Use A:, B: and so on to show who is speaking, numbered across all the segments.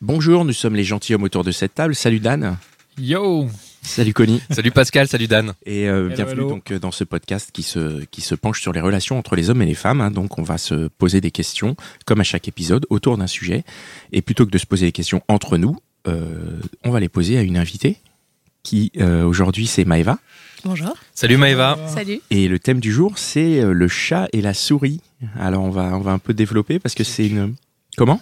A: Bonjour, nous sommes les gentilshommes autour de cette table. Salut Dan.
B: Yo
A: Salut Connie.
C: Salut Pascal, salut Dan.
A: Et euh,
B: Hello,
A: bienvenue
B: hello.
A: donc euh, dans ce podcast qui se, qui se penche sur les relations entre les hommes et les femmes. hein. Donc on va se poser des questions, comme à chaque épisode, autour d'un sujet. Et plutôt que de se poser des questions entre nous, euh, on va les poser à une invitée qui euh, aujourd'hui c'est Maeva.
D: Bonjour.
C: Salut Maëva.
D: Salut.
A: Et le thème du jour c'est euh, le chat et la souris. Alors on va, on va un peu développer parce que c'est une... Comment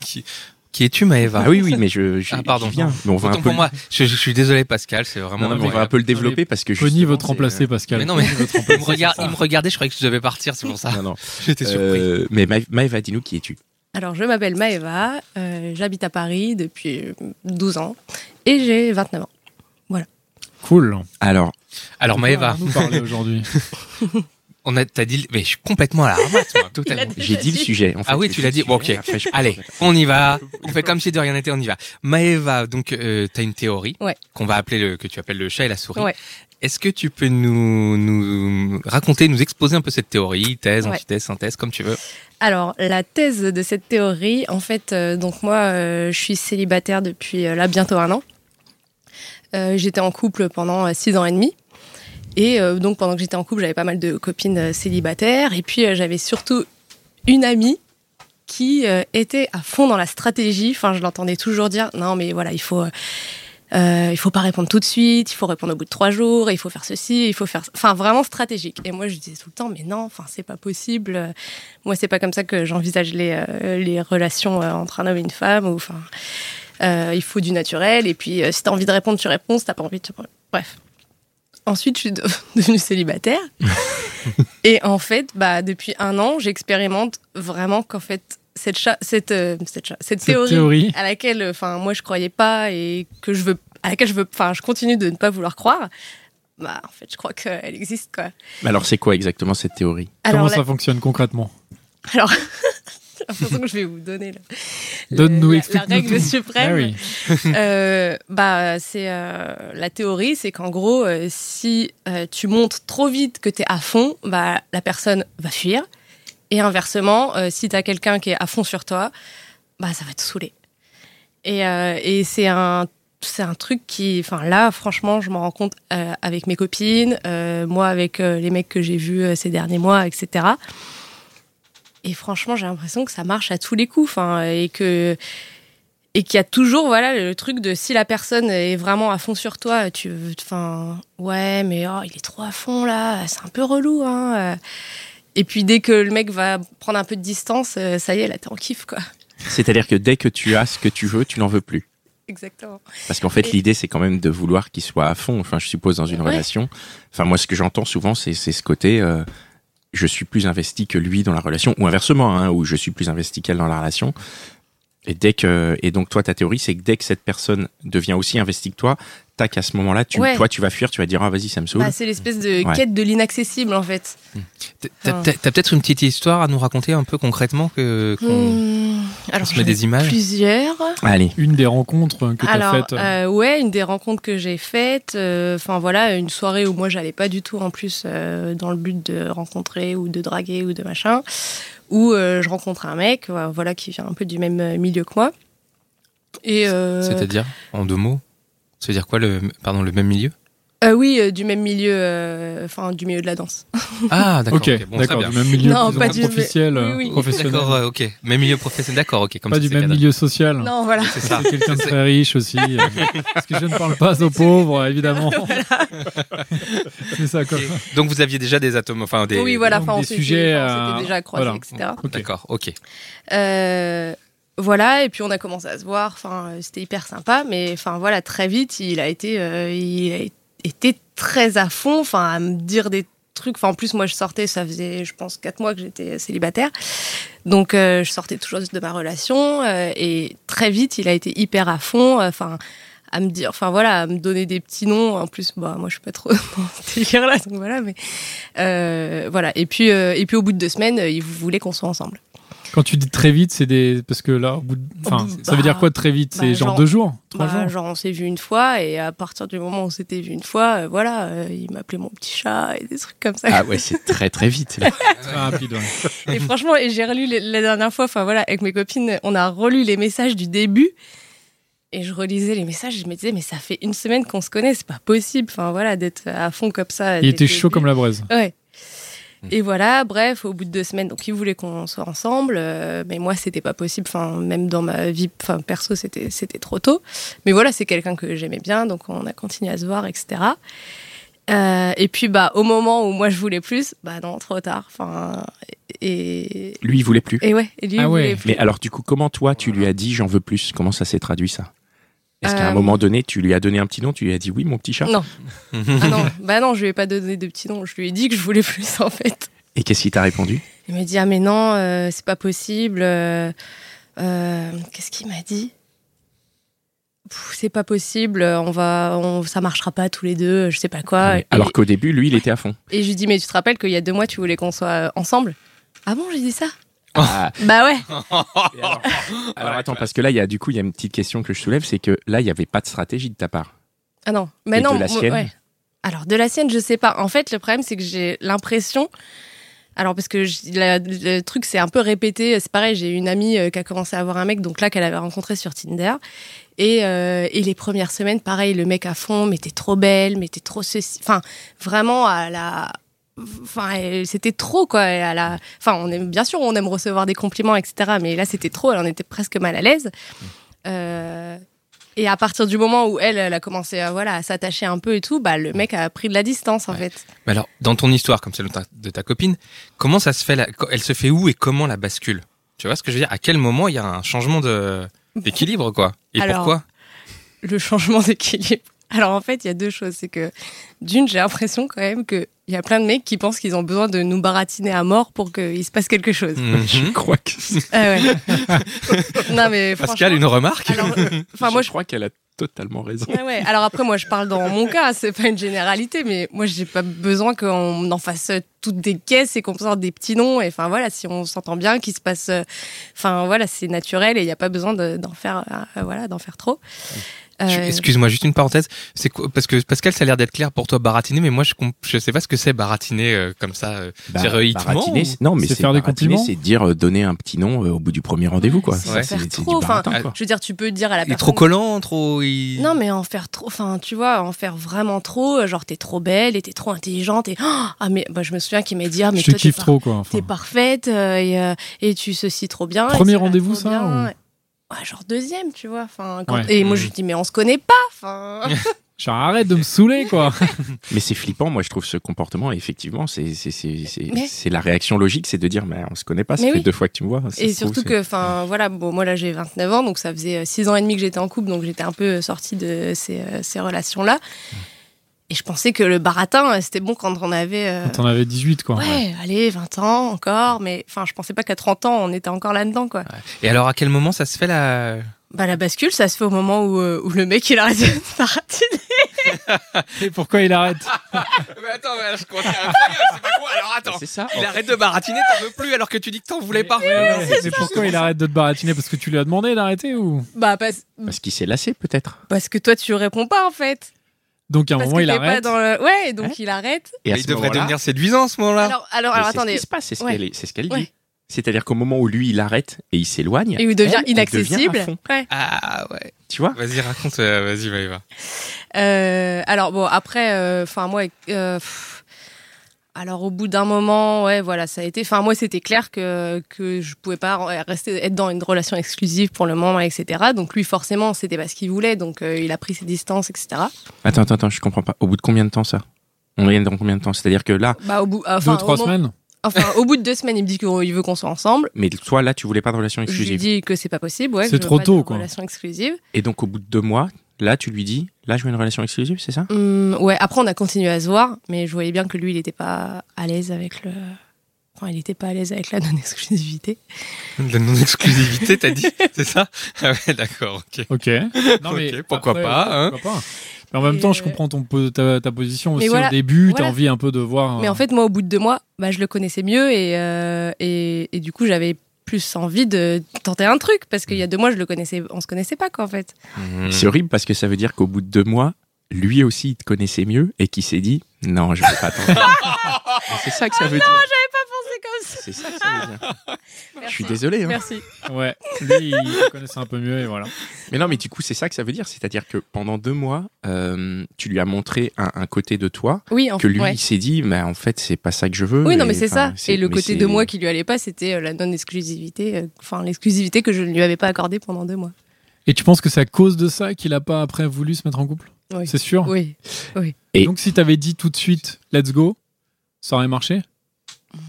C: Qui, qui es-tu Maëva
A: Ah oui, oui, mais je, je
C: Bah Ah, pardon.
A: j'y viens. Mais on va
C: Autant
A: un peu...
C: pour moi. Je, je suis désolé Pascal, c'est
A: Non,
C: vraiment.
A: non, mais on va un peu le développer parce que
B: Connie
A: justement,
B: veut te
A: c'est,
B: remplacer,
A: euh,
B: Pascal.
C: Mais non, mais
B: Connie veut te
C: il
B: remplacer,
C: me, regard-
B: c'est ça.
C: il me regardait, je croyais que tu devais partir, c'est pour ça.
A: Non, non.
C: J'étais Ah, surpris.
A: Euh, mais Maë- Maëva, dis-nous qui es-tu
D: Alors, je m'appelle Maëva, euh, j'habite à Paris depuis 12 ans et j'ai 29 ans.
B: Cool.
A: Alors,
C: Alors Maëva,
B: On nous parler aujourd'hui.
C: on a, t'as dit, mais je suis complètement à la ramasse, moi, totalement.
D: Il a
A: j'ai dit le
D: dit.
A: sujet. en fait.
C: Ah oui,
A: J'ai
C: tu l'as
A: le
C: dit. Bon,
A: sujet,
C: ok.
A: après, je-
C: Allez, on y va. On fait comme si de rien n'était, on y va. Maëva, donc euh, t'as une théorie
D: Ouais.
C: qu'on va appeler le que tu appelles le chat et la souris.
D: Ouais.
C: Est-ce que tu peux nous nous raconter, nous exposer un peu cette théorie, thèse,
D: Ouais.
C: antithèse, synthèse, comme tu veux
D: Alors, la thèse de cette théorie, en fait, euh, donc moi, euh, je suis célibataire depuis euh, là bientôt un an. Euh, j'étais en couple pendant 6 ans et demi. Et euh, donc, pendant que j'étais en couple, j'avais pas mal de copines euh, célibataires. Et puis, euh, j'avais surtout une amie qui euh, était à fond dans la stratégie. Enfin, je l'entendais toujours dire non, mais voilà, il faut. euh, euh, il faut pas répondre tout de suite, il faut répondre au bout de trois jours, il faut faire ceci, il faut faire, enfin vraiment stratégique. Et moi je disais tout le temps, mais non, enfin c'est pas possible, euh, moi, c'est pas comme ça que j'envisage les, euh, les relations euh, entre un homme et une femme. Ou, enfin, euh, il faut du naturel. Et puis, euh, si t'as envie de répondre, tu réponds. Si t'as pas envie, tu... Bref. Ensuite, je suis de- devenue célibataire. et en fait, bah, depuis un an, j'expérimente vraiment qu'en fait, cette, cha- cette, euh, cette, cha- cette
B: Cette
D: théorie,
B: théorie.
D: à laquelle, enfin, moi, je croyais pas et que je veux, à laquelle je veux, enfin, je continue de ne pas vouloir croire. Bah, en fait, je crois qu'elle existe, quoi.
A: Mais Alors, c'est quoi exactement cette théorie
B: Comment
D: la-
B: ça fonctionne concrètement
D: alors, j'ai l'impression que je vais vous donner le-
B: Donne-nous,
D: la- la,
B: explique-nous
D: règle
B: tout.
D: suprême.
B: Ah oui.
D: Euh, bah, c'est euh, la théorie, c'est qu'en gros, euh, si euh, tu montes trop vite que tu es à fond, bah, la personne va fuir. Et inversement, euh, si tu as quelqu'un qui est à fond sur toi, bah, ça va te saouler. Et, euh, et c'est un c'est un truc qui enfin là franchement je m'en rends compte euh, avec mes copines euh, moi avec euh, les mecs que j'ai vus euh, ces derniers mois etc et franchement j'ai l'impression que ça marche à tous les coups enfin et que et qu'il y a toujours voilà le truc de si la personne est vraiment à fond sur toi tu enfin ouais mais oh, il est trop à fond là c'est un peu relou hein euh. et puis dès que le mec va prendre un peu de distance euh, ça y est là t'es en kiff quoi
A: C'est-à-dire que dès que tu as ce que tu veux, tu n'en veux plus.
D: exactement
A: Parce qu'en fait,
D: Et-
A: l'idée, c'est quand même de vouloir qu'il soit à fond. Enfin, je suppose, dans une
D: Ouais.
A: relation. Enfin, moi, ce que j'entends souvent, c'est c'est ce côté. euh, je suis plus investi que lui dans la relation, ou inversement, hein, où je suis plus investi qu'elle dans la relation. Et dès que, et donc toi, ta théorie, c'est que dès que cette personne devient aussi investie que toi, tac, à ce moment-là, tu,
D: Ouais.
A: toi, tu vas fuir, tu vas dire, ah, vas-y, ça me saoule.
D: Bah, c'est l'espèce de
A: Ouais.
D: quête de l'inaccessible en fait
C: T'as-
D: Oh.
C: T'as t'as- t'as peut-être une petite histoire à nous raconter un peu concrètement que qu'on
D: Hmm, alors
C: se
D: j'en
C: met
D: ai
C: des images.
D: plusieurs
A: Allez.
B: Une des rencontres que tu as
D: Alors,
B: faites. euh,
D: euh, ouais, une des rencontres que j'ai faites, euh, enfin voilà, une soirée où moi j'allais pas du tout en plus euh, dans le but de rencontrer ou de draguer ou de machin, où euh, je rencontre un mec, euh, voilà, qui vient un peu du même euh, milieu que moi. Et euh,
C: C'est-à-dire, en deux mots, ça veut dire quoi le, pardon, le même milieu
D: euh, oui, euh, du même milieu, euh, enfin du milieu de la danse.
C: Ah, d'accord.
B: ok,
C: ok, bon, très
B: d'accord,
C: bien.
B: du même milieu
D: Non,
B: plus ou
D: pas
B: moins
D: du-
B: officiel, euh,
D: oui, oui.
B: professionnel.
C: D'accord, euh, ok. Même milieu professionnel, d'accord, ok. Comme
B: Pas
C: ça,
B: du
C: c'est
B: même
C: cadré.
B: milieu social.
D: Non, voilà.
C: C'est ça.
B: C'est quelqu'un de
C: C'est-
B: très riche aussi. euh, parce que je ne parle pas aux pauvres, évidemment. C'est ça, comme.
C: Donc vous aviez déjà des atomes, enfin des.
D: oui, voilà,
B: donc
D: enfin on
B: des
D: s'était
B: sujets,
D: enfin, on
B: euh,
D: s'était déjà croisés,
B: voilà.
D: etc.
B: Ok.
C: D'accord, ok.
D: Euh, voilà, et puis on a commencé à se voir. Enfin, euh, c'était hyper sympa, mais enfin voilà, très vite, il a été, euh, il a été très à fond. Enfin, à me dire des truc. Enfin, en plus, moi, je sortais, ça faisait, je pense, quatre mois que j'étais célibataire. Donc, euh, je sortais toujours de ma relation. euh, et très vite, il a été hyper à fond. euh, Enfin, à me dire, enfin voilà, à me donner des petits noms. En plus, bah moi je suis pas trop dans ce délire-là, donc voilà. Mais euh, voilà. Et puis euh, et puis au bout de deux semaines, euh, il voulait qu'on soit ensemble.
B: Quand tu dis très vite, c'est des. Parce que là, au bout de- enfin,
D: Bah,
B: ça veut dire quoi de très vite C'est
D: bah,
B: genre,
D: genre-
B: deux jours Trois
D: Bah,
B: jours
D: genre on s'est vu une fois et à partir du moment où on s'était vu une fois, euh, voilà, euh, il m'appelait mon petit chat et des trucs comme ça.
A: Ah ouais, c'est très très vite. là.
B: Très Ah, rapide, ouais.
D: Et franchement, et j'ai relu les- la dernière fois, enfin voilà, avec mes copines, on a relu les messages du début. Et je relisais les messages, je me disais, mais ça fait une semaine qu'on se connaît, c'est pas possible, enfin voilà, d'être à fond comme ça.
B: Il était chaud comme la braise.
D: Ouais.
B: Hmm.
D: Et voilà, bref, au bout de deux semaines, donc ils voulaient qu'on soit ensemble, euh, mais moi c'était pas possible. Enfin, même dans ma vie, enfin perso, c'était c'était trop tôt. Mais voilà, c'est quelqu'un que j'aimais bien, donc on a continué à se voir, etc. Euh, et puis bah au moment où moi je voulais plus, bah non, trop tard. Enfin et
A: Lui, il voulait plus.
D: et ouais, et lui
B: Ah
D: il
B: ouais.
D: voulait plus.
A: Mais alors, du coup, comment toi, tu lui as dit j'en veux plus Comment ça s'est traduit ça Est-ce qu'à un
D: Euh,
A: moment donné, tu lui as donné un petit nom Tu lui as dit oui, mon petit chat
D: Non. Ah non, bah non, je lui ai pas donné de petit nom. Je lui ai dit que je voulais plus en fait.
A: Et qu'est-ce qu'il t'a répondu
D: Il me dit ah mais non euh, c'est pas possible. euh, euh, Qu'est-ce qu'il m'a dit Pff, C'est pas possible. euh, On va, on, ça marchera pas tous les deux. Je sais pas quoi.
A: Ouais.
D: Et-
A: Ah, Alors qu'au début, lui, il était à fond.
D: et je lui dis mais tu te rappelles qu'il y a deux mois tu voulais qu'on soit ensemble Ah bon j'ai dit ça
A: Ah,
D: Bah ouais.
A: alors, Ah, alors, attends, parce que là, il y a du coup, il y a une petite question que je soulève, c'est que là, il n'y avait pas de stratégie de ta part.
D: Ah non. Mais
A: Et
D: non.
A: de la
D: moi-
A: sienne
D: ouais. Alors de la sienne je sais pas. En fait le problème c'est que j'ai l'impression alors parce que je- la- le truc c'est un peu répété, c'est pareil, j'ai une amie euh, qui a commencé à avoir un mec, donc là qu'elle avait rencontré sur Tinder, Et, euh, et les premières semaines, pareil, le mec à fond, mais t'es trop belle, mais t'es trop ceci. Enfin, vraiment à la. Enfin, elle- c'était trop quoi. À la... Enfin, on aime bien sûr, on aime recevoir des compliments, etc. Mais là, c'était trop. Elle en était presque mal à l'aise. Euh, Et à partir du moment où elle, elle a commencé à voilà à s'attacher un peu et tout, bah le mec a pris de la distance en
C: Ouais.
D: fait.
C: Mais alors, dans ton histoire, comme celle de ta, de ta copine, comment ça se fait la- Elle se fait où et comment la bascule Tu vois ce que je veux dire À quel moment il y a un changement de d'équilibre, quoi Et
D: Alors,
C: pourquoi
D: le changement d'équilibre. Alors en fait, il y a deux choses. C'est que d'une, j'ai l'impression quand même qu'il y a plein de mecs qui pensent qu'ils ont besoin de nous baratiner à mort pour qu'il se passe quelque chose.
C: Mhm.
A: crois que.
D: Ah ouais. non mais
C: Pascal,
D: franchement,
C: une remarque
D: alors, enfin moi je
A: crois qu'elle a totalement raison.
D: Ah ouais. Alors après, moi, je parle dans mon cas, c'est pas une généralité, mais moi, j'ai pas besoin qu'on en fasse toutes des caisses et qu'on sorte des petits noms. Et enfin voilà, si on s'entend bien, qu'il se passe, euh, enfin voilà, c'est naturel et il n'y a pas besoin de- d'en faire, euh, voilà, d'en faire trop. Euh,
C: Je- Excuse-moi, juste une parenthèse. C'est quoi Parce que Pascal, ça a l'air d'être clair pour toi, baratiner, mais moi, je comp- je sais pas ce que c'est baratiner euh, comme ça. euh. C'est héroïquement
A: baratiner, Bah,
C: ou-
A: c'est- non, mais
B: c'est
A: c'est
B: faire des
A: baratiner,
B: compliments
A: c'est dire euh, donner un petit nom euh, au bout du premier rendez-vous, quoi.
D: c'est
C: Ouais.
D: faire
A: du
D: trop, enfin,
A: baratin, quoi.
D: je veux dire, tu peux dire à la
C: Il est
D: personne.
C: trop collant, trop. il-
D: Ah, Non, mais en faire trop, enfin, tu vois, en faire vraiment trop, euh, genre, t'es trop belle et t'es trop intelligente et, ah, mais, bah, je me souviens qu'il m'a dit, ah, mais
B: Je te
D: toi, t'es
B: kiffe
D: par-
B: trop, quoi. enfin.
D: T'es parfaite euh, et, euh, et tu ceci trop bien. et
B: Premier
D: cela
B: rendez-vous,
D: trop
B: ça,
D: bien. Ouais, genre deuxième, tu vois. Enfin, quand-
B: Ouais.
D: Et moi,
C: Mm.
D: je lui dis, mais on se connaît pas. Enfin,
B: Genre, arrête de me saouler, quoi.
A: Mais c'est flippant, moi je trouve ce comportement, et effectivement, c'est c'est- c'est- c'est-
D: Mais-
A: c'est la réaction logique, c'est de dire, mais on se connaît pas, ça
D: Mais
A: fait
D: oui.
A: deux fois que tu me vois. ça se
D: et
A: trouve,
D: surtout
A: c'est-
D: que, enfin, voilà, bon, moi, là, j'ai 29 ans, donc ça faisait 6 ans et demi que j'étais en couple, donc j'étais un peu euh, sortie de ces, euh, ces relations-là. Et je pensais que le baratin, euh, c'était bon quand on avait. euh,
B: T'en avais 18, quoi.
D: Ouais, allez, 20 ans encore, mais enfin, je pensais pas qu'à 30 ans, on était encore là-dedans, quoi.
C: Et alors, à quel moment ça se fait la.
D: Bah, la bascule, ça se fait au moment où, euh, où le mec, il arrête de se baratiner.
B: Et pourquoi il arrête
D: Ah,
C: Mais attends, mais je comprends. C'est pas quoi Alors,
A: Bah, C'est ça.
C: Il arrête de baratiner, t'en veux plus alors que tu dis que t'en voulais pas.
B: Mais pourquoi il arrête de te baratiner Parce que tu lui as demandé d'arrêter ou
D: Bah, parce,
A: Parce qu'il s'est lassé, peut-être.
D: Parce que toi, tu réponds pas en fait.
B: Donc à un
D: Parce
B: moment
D: que
B: il
D: t'es pas
B: arrête.
D: dans le. Ouais, donc il arrête.
A: Et à
C: il
A: ce
C: devrait
A: moment-là-
C: devenir séduisant à ce moment-là.
D: Alors, alors, alors
A: Mais Ah. c'est
D: attendez.
A: Ce qui se passe, c'est ce
D: Ouais.
A: qu'elle est- c'est ce qu'elle
D: Ouais.
A: dit. C'est-à-dire qu'au moment où lui, il arrête et il s'éloigne,
D: Et il devient
A: elle, elle devient
D: inaccessible.
A: à fond.
D: Ouais.
C: Ah ouais.
A: tu vois
C: Vas-y, raconte, euh, vas-y, va y va.
D: Euh, alors bon, après, enfin moi, euh, pff, alors au bout d'un moment, ouais, voilà, ça a été. Enfin moi, c'était clair que que je pouvais pas re- rester être dans une relation exclusive pour le moment, etc. Donc lui, forcément, c'était pas ce qu'il voulait, donc euh, il a pris ses distances, etc.
A: Attends, attends, attends, je comprends pas. Au bout de combien de temps ça On est dans combien de temps C'est-à-dire que là,
D: Bah au bout,
B: Deux
D: enfin
B: trois semaines.
D: Enfin, au bout de deux semaines, il me dit qu'il veut qu'on soit ensemble.
A: Mais toi, là, tu voulais pas de relation
D: Je lui
A: exclusive.
D: dis que c'est pas possible. Ouais, que
B: C'est
D: je veux
B: trop
D: pas
B: tôt,
D: de
B: quoi.
D: Relation exclusive.
A: Et donc, au bout de deux mois, là, tu lui dis, là, je veux une relation exclusive, c'est ça
D: Hum, ouais, après on a continué à se voir, mais je voyais bien que lui, il n'était pas à l'aise avec le. Enfin, il n'était pas à l'aise avec la non-exclusivité.
C: La non-exclusivité, t'as dit C'est ça Ah ouais, d'accord, ok.
B: Ok. Non,
C: Ok, pourquoi pas, hein.
B: pourquoi pas. Mais en même
D: Et
B: temps, je
D: euh,
B: comprends ton, po- ta, ta position aussi
D: voilà,
B: au début. T'as
D: voilà.
B: envie un peu de voir.
D: Mais en
B: euh,
D: fait, moi, au bout de deux mois, bah, je le connaissais mieux et, euh, et, et du coup, j'avais plus envie de tenter un truc parce qu'il y a deux mois, je le connaissais, on se connaissait pas quoi en fait.
A: C'est horrible parce que ça veut dire qu'au bout de deux mois, lui aussi, il te connaissait mieux et qu'il s'est dit, non, je vais pas attendre. c'est ça que ça veut dire.
D: C'est comme ça.
A: C'est ça que ça veut dire. Je suis désolé. hein.
D: Merci.
B: Ouais. Lui, il te connaissait un peu mieux et voilà.
A: Mais non, mais du coup, c'est ça que ça veut dire. C'est-à-dire que pendant deux mois, euh, tu lui as montré un, un côté de toi
D: Oui, en
A: que
D: fait.
A: lui,
D: Oh, ouais.
A: il s'est dit, mais en fait, c'est pas ça que je veux.
D: Oui, non,
A: Et,
D: mais c'est ça.
A: enfin, c'est-
D: Et le
A: mais
D: côté
A: c'est-
D: de moi qui lui allait pas, c'était euh, la non-exclusivité, euh, enfin l'exclusivité que je ne lui avais pas accordée pendant deux mois.
B: Et tu penses que c'est à cause de ça qu'il a pas après voulu se mettre en couple
D: Oui.
B: C'est sûr
D: Oui.
A: Et-
B: Donc, si t'avais dit tout de suite, let's go, ça aurait marché
D: Bah,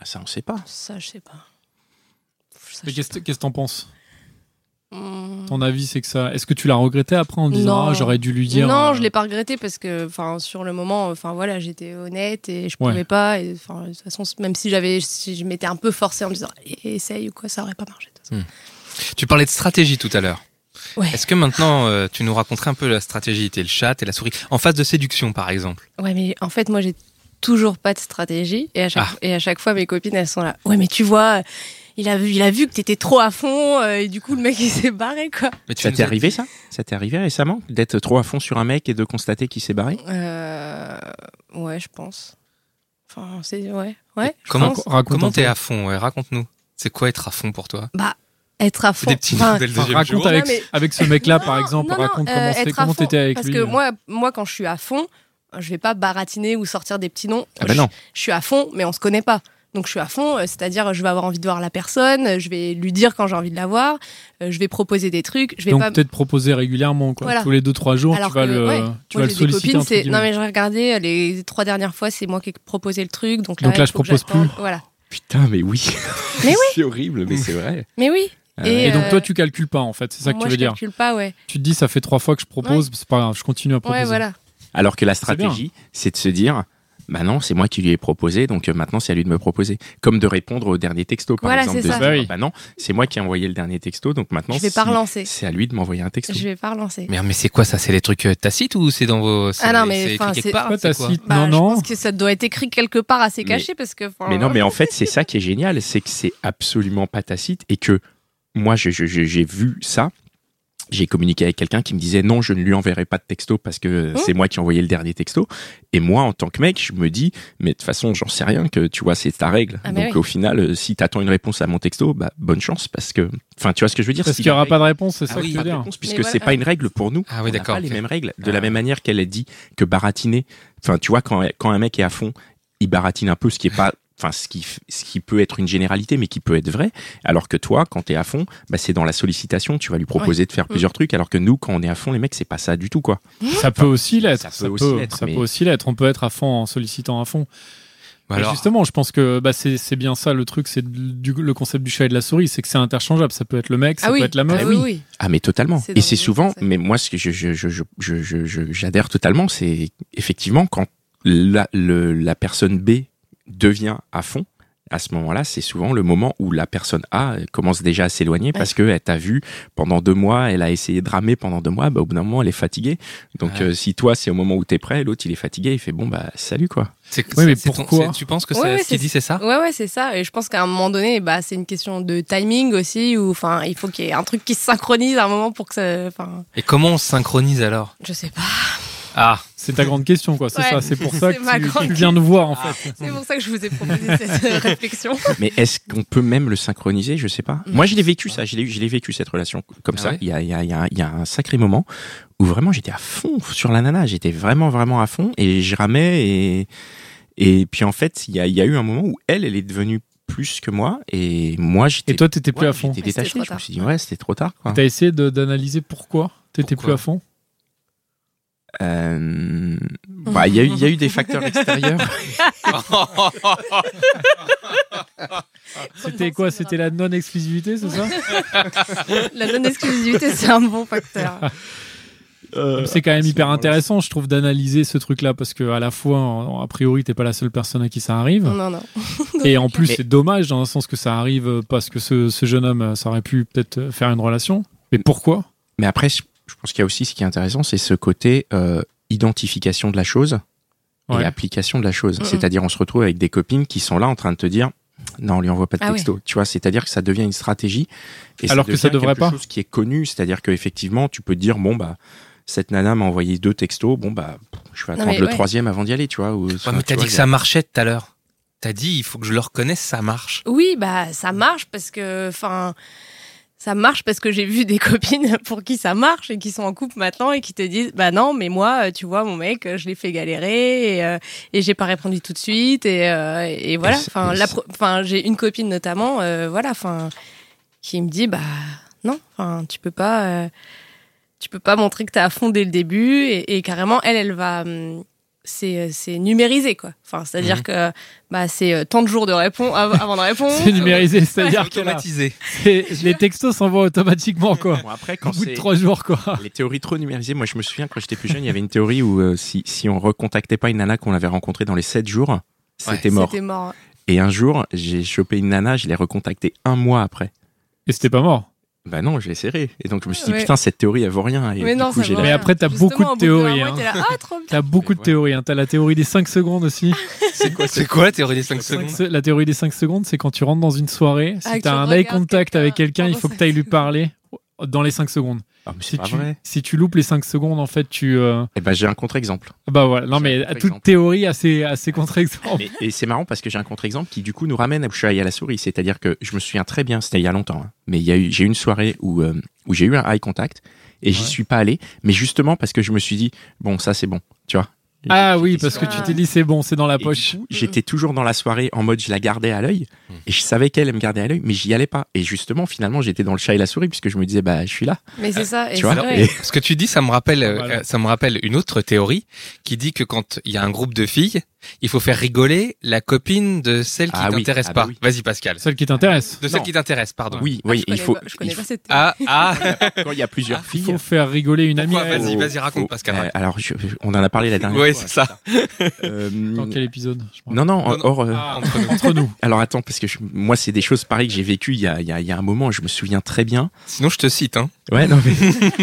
A: Ah, Ça, on sait pas.
D: Ça, je sais pas. Ça,
B: Mais
D: je-
B: qu'est-ce qu'est-ce que t'en penses
D: Hum.
B: Ton avis, c'est que ça. Est-ce que tu l'as regretté après en disant
D: Non.
B: Ah, j'aurais dû lui dire.
D: non,
B: euh,
D: je l'ai pas regretté parce que, enfin, sur le moment, enfin voilà, j'étais honnête et je
B: Ouais.
D: pouvais pas. Et, enfin, de toute façon, même si j'avais, si je m'étais un peu forcée en me disant, Allez, essaye ou quoi, ça aurait pas marché. de toute façon.
C: Tu parlais de stratégie tout à l'heure.
D: Ouais.
C: Est-ce que maintenant, euh, tu nous raconterais un peu la stratégie T'es le chat, et la souris. En phase de séduction, par exemple.
D: Ouais, mais en fait, moi, j'ai toujours pas de stratégie. Et à, chaque,
C: Ah.
D: et à chaque fois, mes copines, elles sont là. Ouais, mais tu vois, il a vu, il a vu que t'étais trop à fond. euh, et du coup, le mec, il s'est barré, quoi.
C: Mais tu
A: Ça
C: nous
A: t'est
C: as-
A: arrivé, ça Ça t'est arrivé récemment D'être trop à fond sur un mec et de constater qu'il s'est barré
D: Euh, ouais, je pense. Enfin, c'est. Ouais. Ouais. je
C: Comment
D: pense.
B: raconte un
C: Comment t'es
B: peu.
C: à fond ouais, Raconte-nous. C'est quoi être à fond pour toi
D: Être à fond.
C: Des petits
D: Enfin,
C: noms dès le
B: Enfin,
C: deuxième
B: raconte
C: jour.
B: avec,
D: Non, mais-
B: avec ce mec-là, par
D: Non,
B: exemple,
D: non, non,
B: raconte
D: euh,
B: comment
D: être
B: c'était,
D: à
B: comment
D: fond,
B: t'étais avec
D: parce
B: lui. euh.
D: que moi, moi, quand je suis à fond, je vais pas baratiner ou sortir des petits noms.
A: Ah ben
D: je,
A: non.
D: je suis à fond, mais on se connaît pas. Donc je suis à fond, euh, c'est-à-dire euh, je vais avoir envie de voir la personne, euh, je vais lui dire quand j'ai envie de la voir, euh, je vais proposer des trucs, je vais
B: Donc
D: pas.
B: peut-être proposer régulièrement, quoi.
D: Voilà.
B: Tous les deux trois jours,
D: Alors
B: tu vas
D: que,
B: le,
D: ouais,
B: tu vas le
D: Moi, j'ai des
B: solliciter.
D: copines,
B: entre
D: c'est. Non
B: guillemets.
D: mais je regardais euh, les trois dernières fois, c'est moi qui ai proposé le truc, donc là,
B: Donc là,
D: il
B: je
D: faut que
B: propose
D: j'attende.
B: plus.
D: Voilà.
A: Putain, mais oui.
D: Mais oui.
A: C'est horrible, mais c'est vrai.
D: Mais oui.
A: Ah
B: Et
D: Et,
B: donc
D: euh,
B: toi, tu calcules pas, en fait. C'est ça que
D: moi,
B: tu veux
D: je
B: dire.
D: calcule pas, ouais.
B: Tu te dis, ça fait trois fois que je propose, c'est pas grave, je continue à proposer.
D: Ouais, voilà.
A: Alors que la
B: bien.
A: stratégie, c'est de se dire, bah non, c'est moi qui lui ai proposé, donc euh, maintenant c'est à lui de me proposer. Comme de répondre au dernier texto, par
D: Voilà,
A: exemple.
D: c'est
A: de
D: ça.
A: se dire,
B: Bah oui.
A: bah non, c'est moi qui ai envoyé le dernier texto, donc maintenant
D: je vais
A: si-
D: pas relancer.
A: c'est à lui de m'envoyer un texto.
D: Je vais pas relancer.
C: Merde, mais c'est quoi ça C'est les trucs euh, tacites ou c'est dans vos. c'est-
D: Ah non, mais
C: c'est écrit
D: enfin,
C: quelque
D: c'est-
C: part,
B: Pas
C: c'est quoi
B: tacite,
D: Bah,
B: non,
D: Je
B: non.
D: pense que ça doit être écrit quelque part assez
A: Mais-
D: caché parce que. enfin,
A: Mais non, mais en fait, c'est ça qui est génial, c'est que c'est absolument pas tacite et que moi, je- je- je- j'ai vu ça. J'ai communiqué avec quelqu'un qui me disait non, je ne lui enverrai pas de texto parce que
D: Hmm.
A: c'est moi qui ai envoyé le dernier texto. Et moi, en tant que mec, je me dis, mais de toute façon, j'en sais rien que tu vois, c'est ta règle.
D: Ah, mais
A: Donc
D: oui.
A: au final, euh, si t'attends une réponse à mon texto, bah, bonne chance parce que, enfin, tu vois ce que je veux dire.
B: Parce
A: si
B: qu'il n'y
A: la
B: aura
A: règle-
B: pas de réponse, c'est ça
C: Ah
B: que
C: oui,
B: tu veux
A: pas de
B: dire.
A: réponse, puisque
D: Mais voilà.
A: c'est pas une règle pour nous.
C: Ah oui,
A: On n'a
C: d'accord,
A: Pas les
C: ok.
A: mêmes règles. De
C: Ah.
A: la même manière qu'elle a dit que baratiner. Enfin, tu vois, quand, quand un mec est à fond, il baratine un peu ce qui est pas. Enfin, ce qui, f- ce qui peut être une généralité, mais qui peut être vrai. Alors que toi, quand t'es à fond, bah, c'est dans la sollicitation. Tu vas lui proposer de faire
C: Mm.
A: plusieurs trucs. Alors que nous, quand on est à fond, les mecs, c'est pas ça du tout, quoi.
B: Ça peut aussi l'être.
A: ça
B: Ça,
A: peut
B: peut,
A: aussi l'être,
B: ça
A: mais-
B: peut aussi l'être. On peut être à fond en sollicitant à fond. Mais
C: Bah alors,
B: Justement, je pense que bah, c'est c'est bien ça le truc, c'est du- le concept du chat et de la souris, c'est que c'est interchangeable. Ça peut être le mec, ça
D: Ah oui.
B: peut être la meuf.
D: Ah oui, oui.
A: Ah, mais totalement.
D: C'est dans
A: Et
D: les
A: c'est
D: deux
A: souvent,
D: sens, ouais.
A: mais moi, ce que je, je, je, je, je, je- je- j'adhère totalement, c'est effectivement quand la, le- la personne B devient à fond, à ce moment-là, c'est souvent le moment où la personne A commence déjà à s'éloigner parce que elle t'a vu pendant deux mois, elle a essayé de ramer pendant deux mois, bah, au bout d'un moment, elle est fatiguée. Donc,
C: Ouais.
A: euh, si toi, c'est au moment où t'es prêt, l'autre, il est fatigué, il fait bon, bah, salut, quoi.
C: c'est
B: Oui, mais
C: c'est ton-
B: pourquoi
C: c'est- Tu penses que
D: Ouais,
C: ça-
D: ouais,
C: ce qu'il
D: c'est-
C: dit, c'est ça
D: Ouais, ouais, c'est ça. Et je pense qu'à un moment donné, bah, c'est une question de timing aussi, ou enfin, il faut qu'il y ait un truc qui se synchronise à un moment pour que ça. Enfin,
C: Et comment on se synchronise alors
D: je sais pas.
C: Ah
B: C'est ta grande question, quoi. C'est
D: Ouais.
B: ça. C'est pour ça
D: C'est ma
B: que tu- tu,
D: grande
B: viens de voir, en
C: Ah.
B: fait.
D: C'est pour ça que je vous ai proposé cette euh, réflexion.
A: Mais est-ce qu'on peut même le synchroniser Je sais pas.
D: Mm.
A: Moi, je l'ai vécu ça. Je l'ai, je l'ai vécu cette relation comme
C: Ah
A: ça.
C: ouais
A: Il y a, il y a- il y a- il y a un sacré moment où vraiment j'étais à fond sur la nana. J'étais vraiment, vraiment à fond et je ramais et et puis en fait, il y a, il y a eu un moment où elle, elle est devenue plus que moi et moi j'étais.
B: Et toi, t'étais plus
A: ouais,
B: à fond.
A: J'étais
D: Ouais, c'était
A: détaché.
D: trop
A: Je me suis dit
D: tard.
A: ouais, c'était trop tard. Quoi.
B: T'as essayé de- d'analyser pourquoi t'étais plus
C: Pourquoi
B: à fond
A: Euh, bah, Il y, a eu- il y a eu des facteurs extérieurs.
B: C'était quoi C'était la non-exclusivité, c'est ça
D: La non-exclusivité, c'est un bon facteur.
B: C'est quand même hyper intéressant, je trouve, d'analyser ce truc-là parce que à la fois, en- en- a priori, t'es pas la seule personne à qui ça arrive.
D: Non, non.
B: Et en plus,
A: Mais-
B: c'est dommage dans le sens que ça arrive euh, parce que ce, ce jeune homme, euh, ça aurait pu peut-être euh, faire une relation. Mais pourquoi
A: Mais après, je je pense qu'il y a aussi ce qui est intéressant, c'est ce côté euh, identification de la chose
B: Ouais.
A: et application de la chose.
D: Mm, mm.
A: C'est-à-dire, on se retrouve avec des copines qui sont là en train de te dire. Non, on lui envoie pas de
D: Ah
A: texto. Tu vois, c'est-à-dire que ça devient une stratégie. Et
B: Alors que ça
A: devient
B: devrait
A: quelque
B: pas.
A: chose qui est connu, c'est-à-dire que effectivement, tu peux dire bon bah cette nana m'a envoyé deux textos, bon bah pff, je vais
D: Non,
A: attendre
D: mais
A: le
D: ouais.
A: troisième avant d'y aller, tu vois. Ou,
C: Ouais,
A: enfin,
C: mais
A: tu
C: t'as dit
A: vois,
C: que
A: il y
C: ça
A: a-
C: marchait tout à l'heure. T'as dit, il faut que je le reconnaisse, ça marche.
D: Oui, bah ça marche parce que, enfin, ça marche parce que j'ai vu des copines pour qui ça marche et qui sont en couple maintenant et qui te disent, bah non, mais moi, euh, tu vois, mon mec, euh, je l'ai fait galérer et, euh, et j'ai pas répondu tout de suite et, euh, et voilà.
A: Et c'est-
D: Enfin,
A: et
D: la
A: c'est-
D: pro- enfin, j'ai une copine notamment, euh, voilà, enfin, qui me dit, bah non, enfin, tu peux pas, euh, tu peux pas montrer que t'es à fond dès le début et, et carrément, elle, elle va. hum, c'est, c'est numérisé quoi. Enfin, c'est-à-dire
C: Mhm.
D: que bah, c'est euh, tant de jours de réponse avant de répondre.
B: C'est numérisé, c'est-à-dire que là,
C: Automatisé.
B: c'est- les textos s'envoient automatiquement, quoi.
A: Bon, après,
B: Au
A: quand
B: bout de
A: c'est-
B: trois jours, quoi.
A: Les théories trop numérisées, moi je me souviens quand j'étais plus jeune, il y avait une théorie où euh, si, si on recontactait pas une nana qu'on avait rencontrée dans les 7 jours, c'était
C: Ouais,
A: mort.
D: C'était mort.
A: Et un jour, j'ai chopé une nana, je l'ai recontactée un mois après.
B: Et c'était pas mort.
A: Bah non, j'ai serré. Et donc je me suis dit,
D: Ouais.
A: putain, cette théorie, elle vaut rien. Et
D: Mais
A: du
D: non,
A: coup,
D: ça
A: j'ai
D: va.
A: la-
B: Mais après, t'as
D: Justement,
B: beaucoup de
D: au bout
B: théories,
D: d'un mois,
B: hein.
D: t'es là, ah, trop bien.
B: T'as beaucoup de
A: Ouais.
B: théories. Hein. T'as la théorie des 5 secondes aussi.
C: C'est quoi la théorie des 5
B: Cinq
C: secondes
B: se- La théorie des 5 secondes, c'est quand tu rentres dans une soirée,
D: Ah,
B: si
D: que
B: t'as
D: tu
B: un eye
D: regardes
B: contact
D: quelqu'un
B: avec quelqu'un, il faut que
D: pendant
B: t'ailles lui parler dans les 5 secondes.
A: Ah, mais c'est
B: Si
A: pas
B: tu,
A: vrai.
B: si tu loupes les 5 secondes, en fait, tu. euh,
A: Et bah j'ai un contre-exemple.
B: Bah voilà, non
A: C'est un
B: mais
A: contre-exemple.
B: toute théorie a ses, a ses contre-exemples.
A: Mais- Et c'est marrant parce que j'ai un contre-exemple qui du coup nous ramène à Bouchaille à la souris. C'est-à-dire que je me souviens très bien, c'était il y a longtemps, hein, mais il y a eu, j'ai eu une soirée où, euh, où j'ai eu un eye contact et j'y
B: Ouais.
A: suis pas allé, mais justement parce que je me suis dit, bon, ça c'est bon, tu vois.
B: Ah oui,
A: J'étais
B: parce que
A: sûr.
B: tu t'es dit c'est bon, c'est dans la
A: Et
B: poche.
A: du coup, J'étais toujours dans la soirée en mode je la gardais à l'œil
C: Mm.
A: et je savais qu'elle elle me gardait à l'œil, mais j'y allais pas. Et justement, finalement, j'étais dans le chat et la souris puisque je me disais bah je suis là,
D: Mais c'est ça. Et
A: tu
D: c'est
A: vois.
D: vrai.
A: Et-
C: Ce que tu dis, ça me rappelle, euh,
B: Voilà.
C: euh, ça me rappelle une autre théorie qui dit que quand il y a un groupe de filles, il faut faire rigoler la copine de celle qui
A: Ah oui,
C: t'intéresse
A: ah bah
C: pas.
A: oui.
C: Vas-y Pascal.
B: Celle qui t'intéresse.
C: De celle
A: Non.
C: qui t'intéresse, pardon.
A: oui,
D: Ah,
A: oui,
D: je
A: il
D: connais
A: faut.
D: pas- je connais
A: il
D: pas
A: faut-
D: cette
C: Ah ah.
A: quand il y a plusieurs
B: Il
A: filles.
B: faut faire rigoler une amie.
C: Pourquoi
B: à elle.
C: Vas-y, vas-y, raconte,
A: faut-
C: Pascal,
A: euh,
C: raconte.
A: alors, je- on en a parlé la dernière
C: Ouais,
A: fois.
C: c'est ça.
A: Euh,
B: Dans quel épisode je crois.
A: Non, non,
C: Non, non.
A: hors, euh,
B: Ah,
C: entre nous.
B: entre nous.
A: Alors attends, parce que je- moi, c'est des choses pareilles que j'ai vécues il y a, il y a- il y a un moment, je me souviens très bien.
C: Sinon, je te cite. Hein.
A: Ouais, non, mais.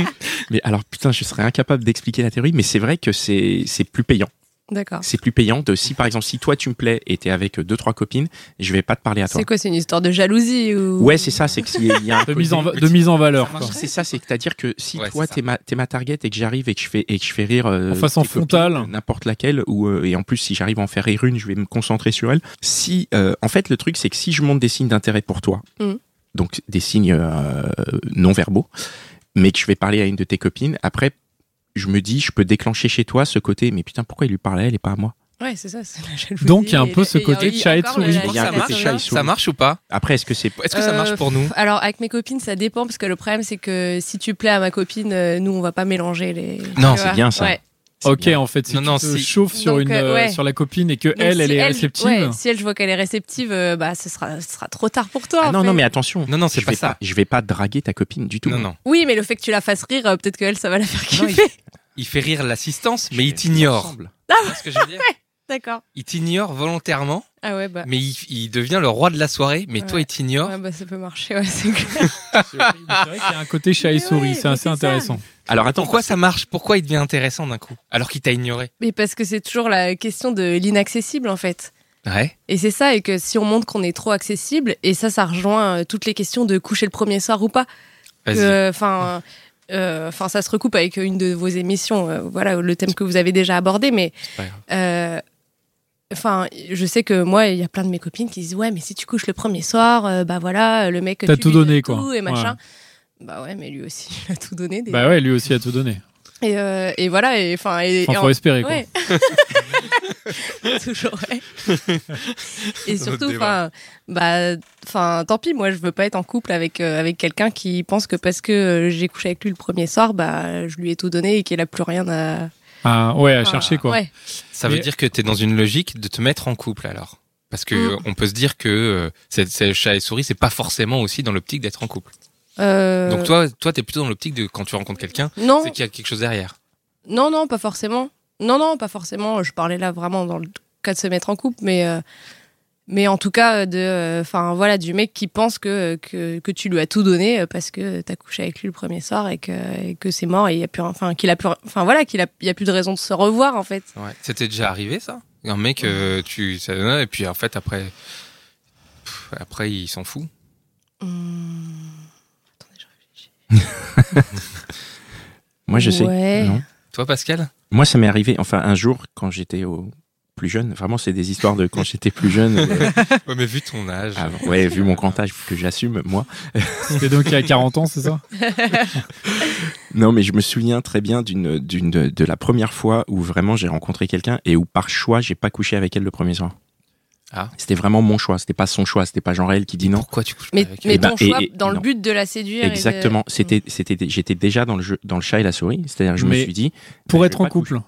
A: mais alors, putain, je serais incapable d'expliquer la théorie, mais c'est vrai que c'est c'est plus payant.
D: D'accord.
A: C'est plus payant de si, par exemple, si toi tu me plais et t'es avec deux, trois copines, je vais pas te parler à toi.
D: C'est quoi, c'est une histoire de jalousie ou
A: Ouais, c'est ça, c'est qu'il y a- il y a un.
B: De
A: côté-
B: mise en, va- de mise en valeur. quoi.
A: C'est ça, c'est c'est-à-dire que si
C: Ouais,
A: toi
C: c'est ça.
A: t'es ma, t'es ma target et que j'arrive et que je fais et que je fais rire euh,
B: En façon
A: tes copines,
B: frontale.
A: n'importe laquelle ou euh, et en plus si j'arrive à en faire rire une, je vais me concentrer sur elle. Si euh, en fait le truc c'est que si je montre des signes d'intérêt pour toi,
D: Mhm.
A: donc des signes euh, non verbaux, mais que je vais parler à une de tes copines, après je me dis je peux déclencher chez toi ce côté mais putain pourquoi il lui parlait elle et pas à moi.
D: Ouais, c'est ça, c'est la jalousie.
B: Donc, il y a un
D: et-
B: peu ce
D: et il y a-
B: côté
D: il y a
B: chat et
D: encore le-
B: souris.
D: la-
A: Il y a un
D: la-
A: côté
D: la-
A: chat et
D: la-
A: souris.
C: Ça marche ou pas
A: Après est-ce que c'est
C: Est-ce que ça
D: Euh,
C: marche pour nous
D: Alors, avec mes copines, ça dépend parce que le problème, c'est que si tu plais à ma copine, euh, nous, on va pas mélanger les.
A: Non,
D: tu
A: c'est
D: vois
A: bien, ça.
D: Ouais.
A: c'est
B: Ok,
A: bien.
B: en fait, si
C: Non,
B: tu
C: non,
B: te
C: si.
B: chauffes sur,
D: Donc,
B: une,
D: euh,
B: euh,
D: ouais.
B: sur la copine et que
D: Donc,
B: elle,
D: si
B: elle est réceptive,
D: ouais, si elle, je vois qu'elle est réceptive, euh, bah, ce sera, ce sera trop tard pour toi.
A: Ah
D: en
A: non non
D: fait.
A: mais attention.
C: Non, non, c'est
A: Je
C: pas
A: vais
C: ça.
A: je vais pas draguer ta copine du tout.
C: Non, non.
D: Oui, mais le fait que tu la fasses rire, euh, peut-être qu'elle, ça va la faire
A: Non, il-
D: kiffer.
C: Il fait rire l'assistance,
A: Je
C: mais il
A: vais-
C: t'ignore.
A: ensemble.
C: Tu vois ce que je veux dire
D: D'accord.
C: Il t'ignore volontairement,
D: Ah ouais, bah.
C: mais il, il devient le roi de la soirée, mais
D: Ouais.
C: toi, il t'ignore.
D: Ouais, bah, ça peut marcher, ouais, c'est clair.
B: c'est vrai qu'il y a un côté chat et
D: Mais
B: souris,
D: ouais,
B: c'est
D: mais
B: assez
D: c'est ça.
B: intéressant.
A: Alors attends
C: Pourquoi ça marche Pourquoi il devient intéressant d'un coup Alors qu'il t'a ignoré
D: Mais parce que c'est toujours la question de l'inaccessible en fait.
C: Ouais.
D: Et c'est ça, et que si on montre qu'on est trop accessible, et ça, ça rejoint euh, toutes les questions de coucher le premier soir ou pas.
C: Vas-y.
D: Que, Enfin, euh, enfin, ça se recoupe avec une de vos émissions, euh, voilà, le thème que vous avez déjà abordé, mais.
C: pas grave.
D: euh, Enfin, je sais que moi, il y a plein de mes copines qui disent ouais, mais si tu couches le premier soir, euh, bah voilà, le mec
B: T'as
D: tu
B: tout
D: lui donnes
B: donné, quoi.
D: tout et machin. Bah ouais, mais lui aussi, il a tout donné. déjà.
B: Bah ouais, lui aussi a tout donné.
D: Et, euh, et voilà, et enfin, et,
B: Enfin,
D: et en-
B: faut espérer, quoi.
D: Ouais. Toujours, ouais. Et
C: Notre
D: surtout,
C: débat.
D: enfin, bah, enfin, tant pis, moi, je veux pas être en couple avec, euh, avec quelqu'un qui pense que parce que euh, j'ai couché avec lui le premier soir, bah, je lui ai tout donné et qu'il a plus rien à,
B: Ah, ouais, à
D: Enfin,
B: chercher quoi.
D: ouais.
C: Ça veut
B: Mais-
C: dire que tu es dans une logique de te mettre en couple alors. Parce
D: Mmh.
C: que on peut se dire que euh, c'est- c'est chat et souris, c'est pas forcément aussi dans l'optique d'être en couple.
D: Euh, Oh.
C: Donc toi, toi, t'es plutôt dans l'optique de quand tu rencontres quelqu'un,
D: non,
C: c'est qu'il y a quelque chose derrière.
D: non, non, pas forcément. Non, non, pas forcément. Je parlais là vraiment dans le cas de se mettre en couple, mais, euh, mais en tout cas, euh, de, enfin voilà, du mec qui pense que, que, que tu lui as tout donné euh, parce que t'as couché avec lui le premier soir et que, et que c'est mort et il y a plus, enfin qu'il a plus, enfin voilà, qu'il a, il y a plus de raison de se revoir en fait.
C: Ouais. C'était déjà arrivé ça Un mec, euh, tu, ça- et puis en fait après, pff, après il s'en fout.
D: Hum, Attendez, je réfléchis.
A: Moi, je sais.
D: Ouais.
A: Non.
C: Toi, Pascal
A: Moi, ça m'est arrivé, enfin, un jour, quand j'étais au plus jeune. Vraiment, c'est des histoires de quand j'étais plus jeune. euh,
C: Ouais, mais vu ton âge,
A: ah, ouais, vu mon grand âge que j'assume, moi.
B: C'était donc il y a 40 ans, c'est ça
A: Non, mais je me souviens très bien d'une, d'une, de, de la première fois où vraiment j'ai rencontré quelqu'un et où par choix, j'ai pas couché avec elle le premier soir.
C: Ah.
A: C'était vraiment mon choix. C'était pas son choix. C'était pas genre elle qui dit non.
C: pourquoi tu couches
D: Mais,
C: pas avec
A: Eh
D: mais
C: elle
D: ton
A: ben, et-
D: choix
A: et-
D: dans le
A: non.
D: but de la séduire. et de-
A: Exactement. C'était, c'était, j'étais déjà dans le jeu, dans le chat et la souris. C'est-à-dire, que je
B: Mais
A: me suis dit. bah,
B: Pour
A: je
B: être
A: vais
B: en
A: pas coucher.
B: couple.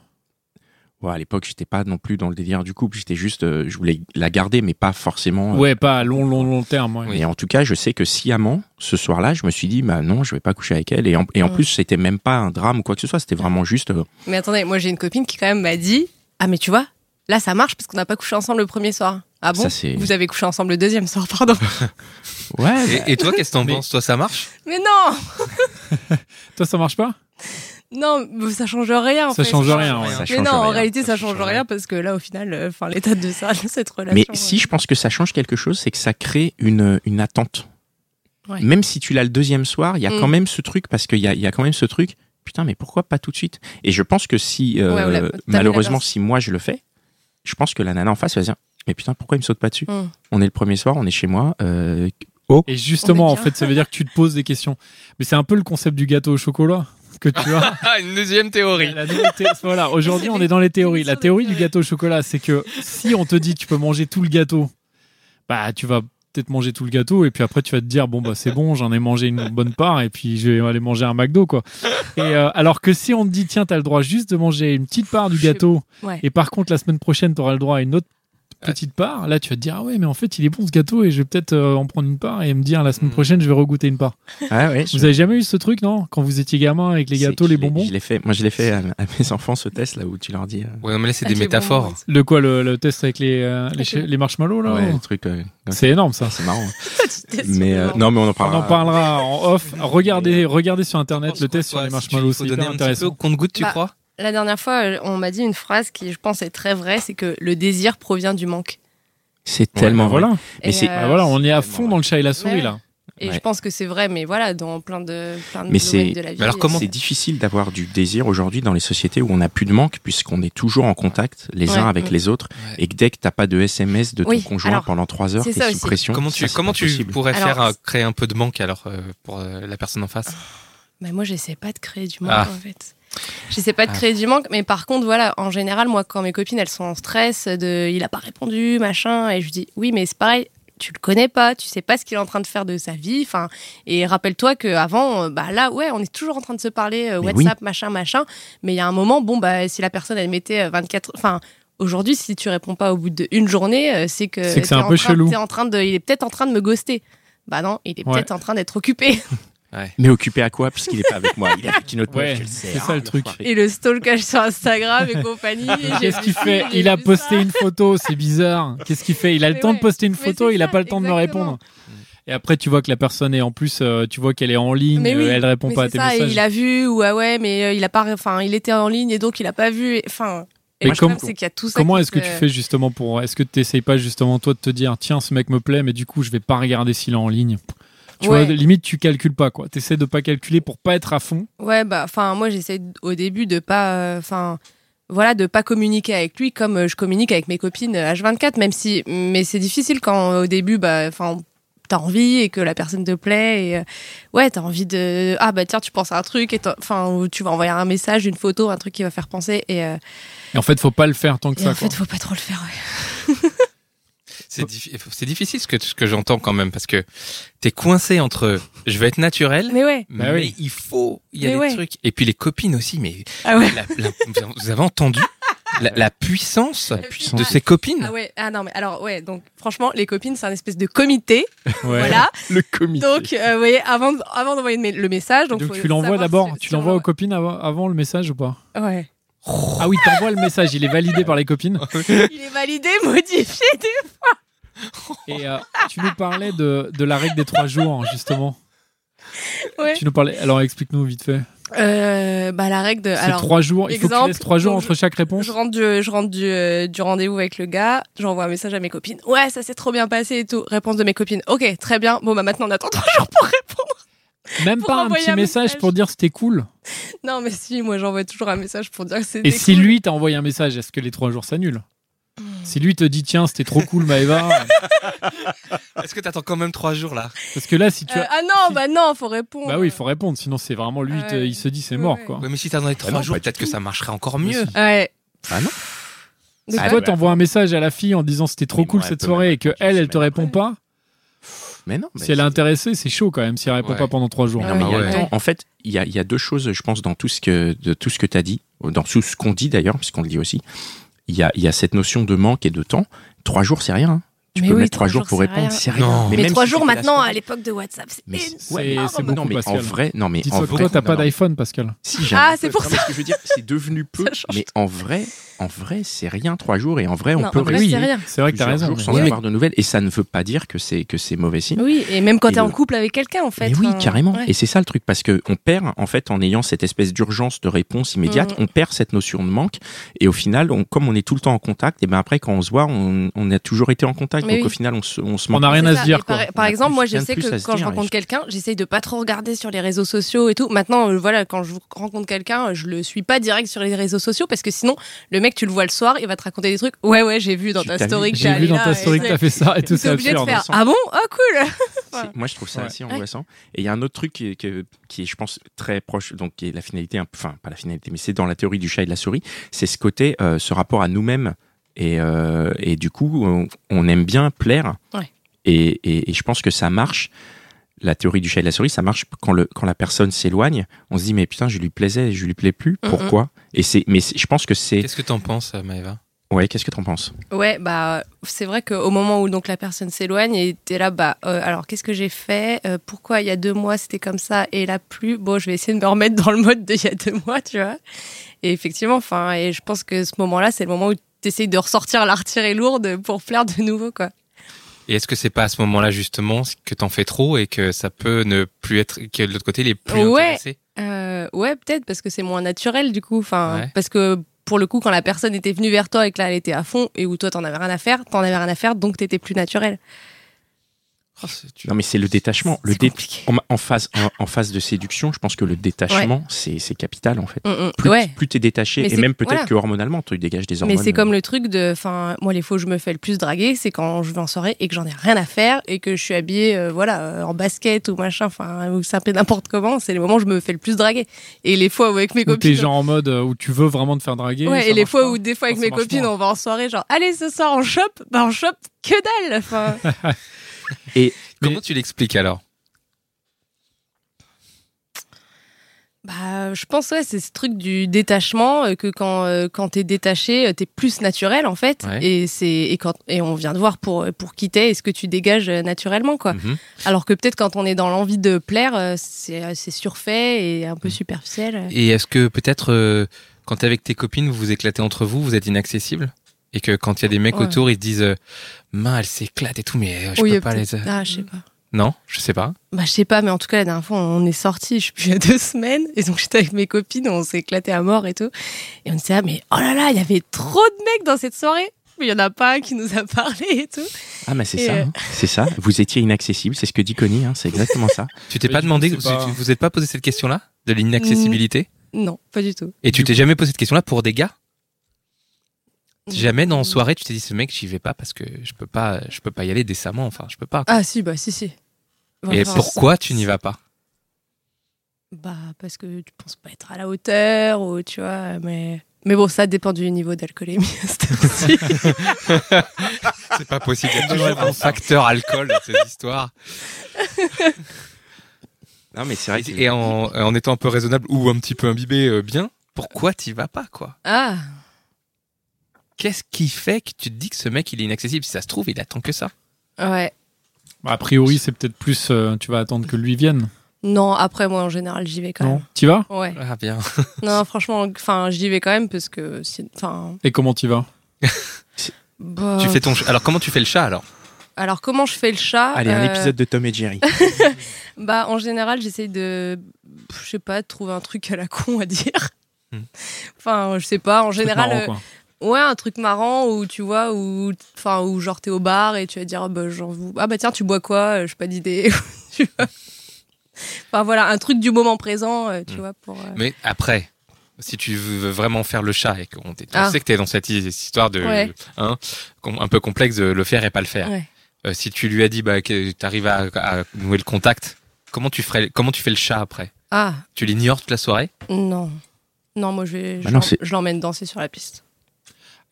A: Ouais, à l'époque, j'étais pas non plus dans le délire du couple. J'étais juste, euh, je voulais la garder, mais pas forcément. euh,
B: Ouais, pas à long, long, long terme. ouais.
C: Oui.
A: Mais en tout cas, je sais que sciemment, ce soir-là, je me suis dit, bah non, je vais pas coucher avec elle. Et en, et en
D: Ah Ouais. Ah.
A: plus, c'était même pas un drame ou quoi que ce soit. C'était vraiment juste. euh,
D: Mais attendez, moi j'ai une copine qui quand même m'a dit Ah, mais tu vois, là ça marche parce qu'on n'a pas couché ensemble le premier soir. Ah bon
A: Ça, c'est-
D: Vous avez couché ensemble le deuxième soir, pardon. bah,
A: Ouais.
C: Et, et toi, qu'est-ce que t'en
B: Mais-
C: penses Toi, ça marche
D: mais non
B: Toi, ça marche pas
D: Non, mais ça change rien en
B: Ça
D: fait.
B: change rien. ouais.
C: rien.
A: Ça
D: Mais
A: change
D: non, en
A: rien.
D: réalité ça,
C: Ça
D: change
C: change
D: rien
C: rien.
D: parce que là au final, euh, enfin l'état de ça, de cette relation.
A: Mais
D: euh,
A: si je pense que ça change quelque chose, c'est que ça crée une, une attente.
D: Ouais.
A: Même si tu l'as le deuxième soir, il y a
D: Mm.
A: quand même ce truc, parce qu'il y a, il y a quand même ce truc, putain, mais pourquoi pas tout de suite Et je pense que si, euh,
D: Ouais, ou la- t'as vu la
A: malheureusement,
D: personne.
A: si moi je le fais, je pense que la nana en face va se dire, mais putain, pourquoi il me saute pas dessus
D: Mm.
A: On est le premier soir, on est chez moi. euh,
B: Et justement,
D: On est
B: en
D: bien.
B: fait, ça veut dire que tu te poses des questions. Mais c'est un peu le concept du gâteau au chocolat que tu as.
C: Ah, une deuxième théorie.
B: La nouvelle thé- voilà, aujourd'hui,
D: C'est
B: on
D: les-
B: est dans les théories.
D: c'est
B: La
D: sur les
B: théorie du
D: théories.
B: gâteau au chocolat, c'est que si on te dit tu peux manger tout le gâteau, bah tu vas peut-être manger tout le gâteau et puis après tu vas te dire bon bah c'est bon, j'en ai mangé une bonne part et puis je vais aller manger un McDo quoi. Et euh, alors que si on te dit tiens, t'as le droit juste de manger une petite part du
D: Je sais
B: gâteau
D: Ouais.
B: et par contre la semaine prochaine t'auras le droit à une autre petite part, là tu vas te dire ah ouais mais en fait il est bon ce gâteau et je vais peut-être euh, en prendre une part et me dire la semaine
C: Mm.
B: prochaine je vais regoûter une part.
A: Ah ouais, je-
B: Vous avez jamais eu ce truc non quand vous étiez gamin avec les
A: c'est-
B: gâteaux,
A: je
B: les
A: l'ai-
B: bonbons
A: je l'ai fait, Moi, je l'ai fait à, à mes enfants, ce test là où tu leur dis. euh,
C: Ouais, mais là, c'est
D: Ah,
C: des
D: c'est bon,
C: métaphores.
D: ouais.
B: Le quoi, le, le test avec les, euh, les,
D: Avec
B: che-
D: le-
B: les marshmallows là
A: ouais,
B: ou-
A: le truc. euh, comme ça.
B: C'est énorme ça.
A: c'est marrant.
D: C'était
A: mais euh,
D: sûrement-
A: non, mais on en
B: On
A: parlera.
B: en parlera en off. Regardez, regardez sur internet
C: Pense
B: le
C: quoi,
B: test sur
C: toi,
B: les
C: si tu-
B: marshmallows,
C: faut
B: c'est
C: donner
B: hyper
C: un petit peu au
B: intéressant.
C: compte-goutte, tu
D: Bah,
C: crois
D: La dernière fois, euh, on m'a dit une phrase qui, je pense, est très vraie c'est que le désir provient du manque.
A: C'est
C: Ouais,
A: tellement
B: Bah,
A: vrai.
B: voilà.
A: Mais c'est-
B: Bah, voilà, on est à
A: c'est
B: fond dans le chat et la souris
D: Ouais.
B: là.
D: Et
A: Ouais.
D: je pense que c'est vrai, mais voilà, dans plein de, plein de
A: Mais
D: domaines
A: c'est-
D: de la vie.
C: Mais alors comment-
A: C'est difficile d'avoir du désir aujourd'hui dans les sociétés où on n'a plus de manque puisqu'on est toujours en contact les uns
D: Ouais.
A: avec
D: Ouais.
A: les autres
C: Ouais.
A: et que dès que t'as pas de SMS de ton
D: Oui,
A: conjoint
D: alors,
A: pendant trois heures,
D: c'est
A: t'es
D: ça
A: sous
D: aussi.
A: pression.
C: Comment
A: ça,
C: tu,
A: c'est
C: comment
A: pas
C: tu
A: possible.
C: pourrais
D: Alors,
C: faire euh,
D: c'est-
C: créer un peu de manque alors euh, pour euh, la personne en face
A: Ah,
D: Bah, moi, j'essaie pas de créer du manque,
C: Ah.
D: en fait. J'essaie pas de
C: Ah.
D: créer du manque, mais par contre, voilà, en général, moi, quand mes copines, elles sont en stress, de il a pas répondu, machin, et je dis oui, mais c'est pareil, tu le connais pas, tu sais pas ce qu'il est en train de faire de sa vie, enfin, et rappelle-toi qu'avant, bah là, ouais, on est toujours en train de se parler, euh,
A: Mais
D: WhatsApp, machin, machin, mais il y a un moment, bon, bah, si la personne, elle mettait euh, 24, enfin, Aujourd'hui, si tu réponds pas au bout d'une journée, euh, c'est que,
B: C'est que c'est
D: t'es
B: un
D: en
B: peu
D: train-
B: chelou.
D: t'es en train de, il est peut-être en train de me ghoster. Bah non, il est
B: Ouais.
D: peut-être en train d'être occupé.
A: Mais occupé à quoi puisqu'il est pas avec moi Il est avec une autre
B: Ouais,
A: meuf, je le sais.
B: c'est ça, le truc.
A: l'enfoiré.
D: et le stalkage sur Instagram et compagnie. Et j'ai
B: Qu'est-ce
D: vu
B: qu'il
D: ci,
B: fait
D: j'ai
B: Il a
D: vu
B: posté
D: ça.
B: une photo, c'est bizarre. Qu'est-ce qu'il fait Il a le
D: Mais
B: temps de
D: ouais.
B: poster une
D: Mais
B: photo,
D: c'est
B: il a
D: ça,
B: pas le temps de me
D: exactement.
B: répondre. Et après, tu vois que la personne est en plus, euh, tu vois qu'elle est en ligne,
D: Mais oui,
B: euh, elle répond
D: Mais
B: pas à
D: c'est
B: tes
D: ça, et
B: messages.
D: il a vu ou ah ouais, mais euh, il a pas, enfin, il était en ligne et donc il a pas vu. et- Enfin, et
B: Mais
D: le
B: comme-
D: problème, c'est qu'il y a tout ça.
B: Comment
D: qui
B: est-ce que
D: se-
B: tu fais justement pour Est-ce que tu n'essayes pas justement toi de te dire tiens ce mec me plaît mais du coup je vais pas regarder s'il est en ligne. Tu
D: Ouais.
B: vois limite tu calcules pas quoi. Tu essaies de pas calculer pour pas être à fond.
D: Ouais, bah, enfin, moi j'essaie d- au début de pas, euh, enfin. voilà, de pas communiquer avec lui comme euh, je communique avec mes copines euh, H24, même si, mais c'est difficile quand euh, au début, bah, enfin, t'as envie et que la personne te plaît et euh, ouais, t'as envie de, ah bah tiens, tu penses à un truc et t'en- enfin, ou tu vas envoyer un message, une photo, un truc qui va faire penser et, euh,
B: Et en fait faut pas le faire tant que
D: et
B: ça
D: en fait,
B: quoi.
D: faut pas trop le faire. ouais.
C: C'est diffi- c'est difficile ce que, ce que j'entends quand même parce que t'es coincé entre je vais être naturel, mais,
E: Mais ouais.
B: Bah oui.
C: il faut, il y a
E: Mais
C: des
E: ouais.
C: trucs. Et puis les copines aussi, mais
E: Ah ouais.
C: la- la- vous avez entendu la, la puissance
A: puissance.
C: de ces copines
D: Ah ouais, ah non, mais alors, ouais, donc franchement, les copines, c'est un espèce de comité. Voilà.
A: Le comité.
D: Donc, euh, vous voyez, avant, de- avant d'envoyer le me- le message. Donc,
B: Donc,
D: faut
B: tu l'envoies
D: savoir
B: d'abord,
D: si-
B: tu
D: si on
B: l'envoies aux
D: l'envoie-
B: copines avant, avant le message ou pas
D: Ouais.
B: Ah oui, t'envoies le message, il est validé par les copines.
D: Il est validé, modifié.
B: Et euh, tu nous parlais de, de la règle des trois jours, justement.
D: Ouais.
B: Tu nous parlais. Alors explique-nous vite fait.
D: Euh, bah, la règle de.
B: C'est
D: alors,
B: trois jours. Il faut que tu
D: exemple,
B: laisses trois jours
D: donc,
B: entre chaque réponse.
D: Je rentre du, je rentre du, euh, du rendez-vous avec le gars, j'envoie un message à mes copines. Ouais, ça s'est trop bien passé et tout. Réponse de mes copines. Ok, très bien. Bon, bah maintenant on attend trois jours pour répondre.
B: Même
D: pour
B: pas un
D: envoyer
B: petit
D: un
B: message,
D: message.
B: pour dire c'était cool.
D: Non, mais si, moi j'envoie toujours un message pour dire que c'est.
B: Et si lui t'a envoyé un message, est-ce que les trois jours s'annulent
D: Hmm.
B: Si lui te dit tiens c'était trop cool Maëva,
C: Est-ce que t'attends quand même trois jours là
B: parce que là si tu as...
D: ah non, bah non, faut répondre.
B: bah oui il faut répondre sinon c'est vraiment lui
D: Ouais.
B: te- il se dit c'est
D: Ouais,
B: mort
D: ouais.
B: quoi.
C: Ouais, Mais si t'attends les trois
A: Ah non,
C: jours,
A: pas du
C: peut-être que
A: tout.
C: ça marchera encore mieux.
D: Ouais.
A: Ah non.
D: De
A: Ah,
D: quoi
B: Toi t'envoies un message à la fille en disant c'était trop
A: Mais
B: cool
A: bon, elle
B: cette
A: peut
B: soirée
A: même
B: et que
A: répondre
B: elle
A: une
B: elle te
A: semaine
B: répond
A: après.
B: pas.
A: Mais non. mais
B: si elle est
A: c'est-
B: intéressée c'est chaud quand même si elle répond
C: Ouais.
B: pas pendant trois jours.
A: Mais non, mais il y a-
C: Ouais.
A: attends, en fait, il y a, il y a deux choses, je pense, dans tout ce que, de tout ce que tu as dit, dans tout ce qu'on dit d'ailleurs, puisqu'on le dit aussi. Il y a, il y a cette notion de manque et de temps. Trois jours, c'est rien. hein. Tu
D: Mais
A: peux
D: oui,
A: mettre trois
D: trois
A: jours
D: jours,
A: pour
D: c'est
A: répondre,
D: rien.
A: c'est rien.
C: Non.
D: Mais,
A: même
D: trois
A: si
D: jours
A: c'était la
D: maintenant,
A: semaine-
D: à l'époque de WhatsApp, c'est
A: Mais
D: énorme.
A: c'est-
B: Ouais,
A: non,
B: c'est
A: mais
B: beaucoup,
A: en
B: Pascal.
A: vrai, non, mais en
B: Dis-toi que
A: vrai,
B: toi t'as
A: non,
B: pas
A: non.
B: d'iPhone Pascal.
A: Si, j'ai un
D: Ah,
A: peu-
D: c'est pour
A: non, mais ce que je veux dire, c'est devenu peu.
D: Ça change
A: mais en vrai, en vrai, c'est rien. Trois jours et en vrai, on
D: Non,
A: peut
D: en vrai,
A: rester
D: c'est rien.
B: C'est vrai que t'as
A: plusieurs
B: raison.
A: jours
B: mais-
A: sans
C: Oui, mais-
A: avoir de nouvelles. Et ça ne veut pas dire que c'est que c'est mauvais signe.
D: Oui, et même quand
A: Et
D: t'es en
A: le-
D: couple avec quelqu'un, en fait.
A: Mais oui,
D: hein.
A: carrément.
D: Ouais.
A: Et c'est ça le truc, parce que on perd, en fait, en ayant cette espèce d'urgence de réponse immédiate,
D: Mhm.
A: on perd cette notion de manque. Et au final, on, comme on est tout le temps en contact, et ben après, quand on se voit, on, on a toujours été en contact.
D: Mais
A: donc
D: oui.
A: au final, on se, on se
B: On
A: manque.
B: n'a rien
D: C'est
B: à
D: ça.
B: se dire
D: Et par-
B: quoi.
D: Par,
A: On a
D: exemple,
A: plus-
D: moi,
A: rien
D: je
A: de
D: sais
A: plus à
D: que
A: se
D: quand je
A: dire,
D: rencontre
A: et-
D: quelqu'un, j'essaye de pas trop regarder sur les réseaux sociaux et tout. Maintenant, euh, voilà, quand je rencontre quelqu'un, je le suis pas direct sur les réseaux sociaux parce que sinon, le mec, tu le vois le soir, il va te raconter des trucs. Ouais, ouais, j'ai vu dans
A: Tu
D: ta
A: t'as vu-
D: story que
A: j'ai
D: t'es
B: J'ai
D: allé
B: vu dans
D: là,
B: ta
D: et
B: story que t'as fait ça et tout,
D: T'es
B: c'est
D: obligé de
B: absurde.
D: faire. Ah bon Oh cool.
A: C'est- Moi, je trouve ça
B: Ouais.
A: assez angoissant. Et il y a un autre truc qui est, que- qui est, je pense, très proche, donc qui est la finalité, un- enfin, pas la finalité, mais c'est dans la théorie du chat et de la souris, c'est ce côté, euh, ce rapport à nous-mêmes. Et, euh, et du coup, on, on aime bien plaire.
D: Ouais.
A: Et, et- et je pense que ça marche. La théorie du chat et de la souris, ça marche quand, le, quand la personne s'éloigne. On se dit, mais putain, je lui plaisais, je lui plais plus.
D: Mhm.
A: Pourquoi Et c'est, mais c'est- je pense que c'est.
C: Qu'est-ce que t'en penses, Maëva
A: Ouais, qu'est-ce que t'en penses
D: Ouais, bah c'est vrai qu'au moment où donc la personne s'éloigne et t'es là, bah euh, alors qu'est-ce que j'ai fait Euh, Pourquoi il y a deux mois c'était comme ça et là plus Bon, je vais essayer de me remettre dans le mode d'il y a deux mois, tu vois. Et effectivement, enfin, et je pense que ce moment-là, c'est le moment où t'essayes de ressortir la retirée lourde pour plaire de nouveau, quoi.
C: Et est-ce que c'est pas à ce moment-là justement que t'en fais trop et que ça peut ne plus être que de l'autre côté il est plus
D: Ouais.
C: intéressé
D: Euh, ouais, peut-être parce que c'est moins naturel du coup. Enfin,
C: Ouais.
D: parce que pour le coup, quand la personne était venue vers toi et que là elle était à fond et où toi t'en avais rien à faire, t'en avais rien à faire, donc t'étais plus naturel.
C: Oh, c'est- tu-
A: Non, mais c'est le détachement. Le
D: C'est
A: dé-
D: compliqué.
A: en, en phase, en, en phase de séduction, je pense que le détachement, c'est c'est capital en fait.
D: Mm, mm.
A: plus,
D: ouais.
A: plus t'es détaché
D: Mais
A: et
D: c'est-
A: même peut-être
D: voilà.
A: que hormonalement tu dégages des hormones. euh.
D: Mais c'est comme le truc de, enfin, moi les fois où je me fais le plus draguer, c'est quand je vais en soirée et que j'en ai rien à faire et que je suis habillée, euh, voilà, euh, en basket ou machin, enfin, ou sapée n'importe comment, c'est les moments où je me fais le plus draguer. Et les fois où avec mes
B: Ou t'es
D: copines,
B: genre en mode euh, où tu veux vraiment te faire draguer.
D: ouais,
B: ça
D: et les
B: marche
D: fois
B: pas.
D: où des fois avec
B: Ça
D: mes
B: marche
D: copines,
B: pas.
D: on va en soirée, genre, allez ce soir on chope, bah on chope que dalle, enfin.
C: Comment tu l'expliques alors
D: Bah, je pense ouais, c'est ce truc du détachement euh, que quand euh, quand t'es détaché, euh, t'es plus naturel en fait.
C: Ouais.
D: Et c'est et quand et on vient de voir pour pour quitter, est-ce que tu dégages euh, naturellement quoi.
C: Mhm.
D: Alors que peut-être quand on est dans l'envie de plaire, euh, c'est euh, c'est surfait et un peu superficiel.
C: Et est-ce que peut-être euh, quand t'es avec tes copines, vous vous éclatez entre vous, vous êtes inaccessible et que quand il y a des mecs
D: Ouais.
C: autour, ils se disent euh, "Mince, elle s'éclate et tout, mais euh, je
D: Oui,
C: peux
D: euh,
C: pas
D: peut-être.
C: les."
D: Ah, je sais pas.
C: Non, je sais pas.
D: Bah, je sais pas, mais en tout cas, la dernière fois, on est sortis, je sais plus, il y a deux semaines, et donc j'étais avec mes copines, on s'est éclaté à mort et tout. Et on s'est dit, ah, mais oh là là, il y avait trop de mecs dans cette soirée. Mais il y en a pas un qui nous a parlé et tout.
A: Ah mais c'est
D: Et
A: ça,
D: euh-
A: hein. c'est ça. Vous étiez inaccessible, c'est ce que dit Connie, hein, c'est exactement ça.
C: Tu t'es
B: Mais
C: pas
B: du
C: demandé,
B: coup, c'est pas-
C: vous vous êtes pas posé cette question-là de
D: Mm.
C: l'inaccessibilité
D: Non, pas du tout.
C: Et tu t'es jamais posé cette question-là pour des gars Jamais dans
D: Mm.
C: soirée, tu t'es dit ce mec, j'y vais pas parce que je peux pas, je peux pas y aller décemment. Enfin, je peux pas. quoi.
D: Ah si, bah si, si.
C: et
D: Enfin,
C: pourquoi tu n'y vas pas
D: Bah parce que tu penses pas être à la hauteur ou tu vois, mais Mais bon, ça dépend du niveau d'alcoolémie à cette heure-ci.
C: C'est pas possible. Il y a
B: Bonne
C: toujours un
B: réponse.
C: facteur alcool dans ces histoires.
A: Non, mais c'est vrai. que-
C: Et en, en étant un peu raisonnable ou un petit peu imbibé euh, bien, pourquoi t'y vas pas, quoi
D: Ah,
C: Qu'est-ce qui fait que tu te dis que ce mec, il est inaccessible Si ça se trouve, il attend que ça.
D: ouais.
B: Bah, A priori, c'est peut-être plus euh, tu vas attendre que lui vienne.
D: Non, après, moi, en général, j'y vais quand
B: non T'y vas
D: même. Ouais.
C: Ah, bien.
D: Non, franchement, enfin, j'y vais quand même parce que. si- Enfin.
B: Et comment t'y vas
D: bah,
C: Tu fais ton. ch- Alors, comment tu fais le chat alors
D: Alors, comment je fais le chat
A: Allez, un
D: euh,
A: épisode de Tom et Jerry.
D: Bah, en général, j'essaye de. Je sais pas, de trouver un truc à la con à dire.
C: Hmm.
D: Enfin, je sais pas. En
B: C'est
D: général,
B: marrant,
D: euh,
B: quoi.
D: Ouais, un truc marrant où tu vois, où, enfin, où genre t'es au bar et tu vas dire, ah bah, genre, vous- ah bah tiens, tu bois quoi Euh, J'ai pas d'idée. Tu vois. enfin voilà, un truc du moment présent, euh, tu
C: Mm.
D: vois, pour. euh,
C: Mais après, si tu veux vraiment faire le chat et qu'on t'est- on
D: Ah.
C: sait que t'es dans cette hi- histoire de,
D: Ouais.
C: hein, com- un peu complexe de le faire et pas le faire.
D: Ouais.
C: Euh, si tu lui as dit bah, que t'arrives à, à nouer le contact, comment tu ferais, comment tu fais le chat après
D: Ah,
C: Tu l'ignores toute la soirée
D: non. Non, moi je vais.
A: Bah
D: je
A: non,
D: l'em-
A: c'est-
D: je l'emmène danser sur la piste.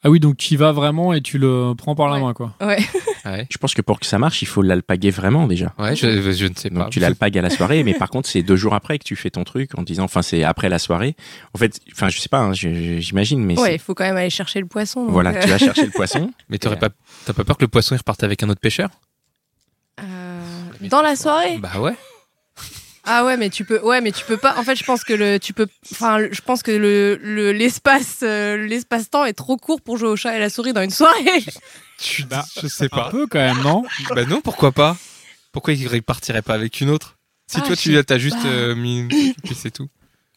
B: Ah oui, donc t'y vas vraiment et tu le prends par la
D: Ouais.
B: main, quoi.
D: Ouais.
C: Ouais.
A: Je pense que pour que ça marche, il faut l'alpaguer vraiment déjà.
C: Ouais, je, je ne sais
A: Donc
C: pas.
A: tu l'alpagues à la soirée, mais par contre c'est deux jours après que tu fais ton truc en disant, enfin c'est après la soirée. En fait, enfin je sais pas, hein, je- je- j'imagine, mais
D: Ouais,
A: c'est-
D: il faut quand même aller chercher le poisson. donc,
A: voilà,
D: euh,
A: tu vas chercher le poisson.
C: Mais t'aurais pas, t'as pas peur que le poisson il reparte avec un autre pêcheur
D: euh, Dans la soirée
C: Bah ouais.
D: Ah ouais, mais tu peux. Ouais, mais tu peux pas. En fait, je pense que le. Tu peux. Enfin, le- je pense que le le- l'espace euh, l'espace-temps est trop court pour jouer au chat et la souris dans une soirée.
C: Tu je sais
B: Bah, Un peu quand même, non
C: bah non, pourquoi pas Pourquoi il repartirait pas avec une autre Si
D: Ah,
C: toi
D: je
C: tu t'as juste
D: pas.
C: euh, mis, une petite pipe et c'est tout.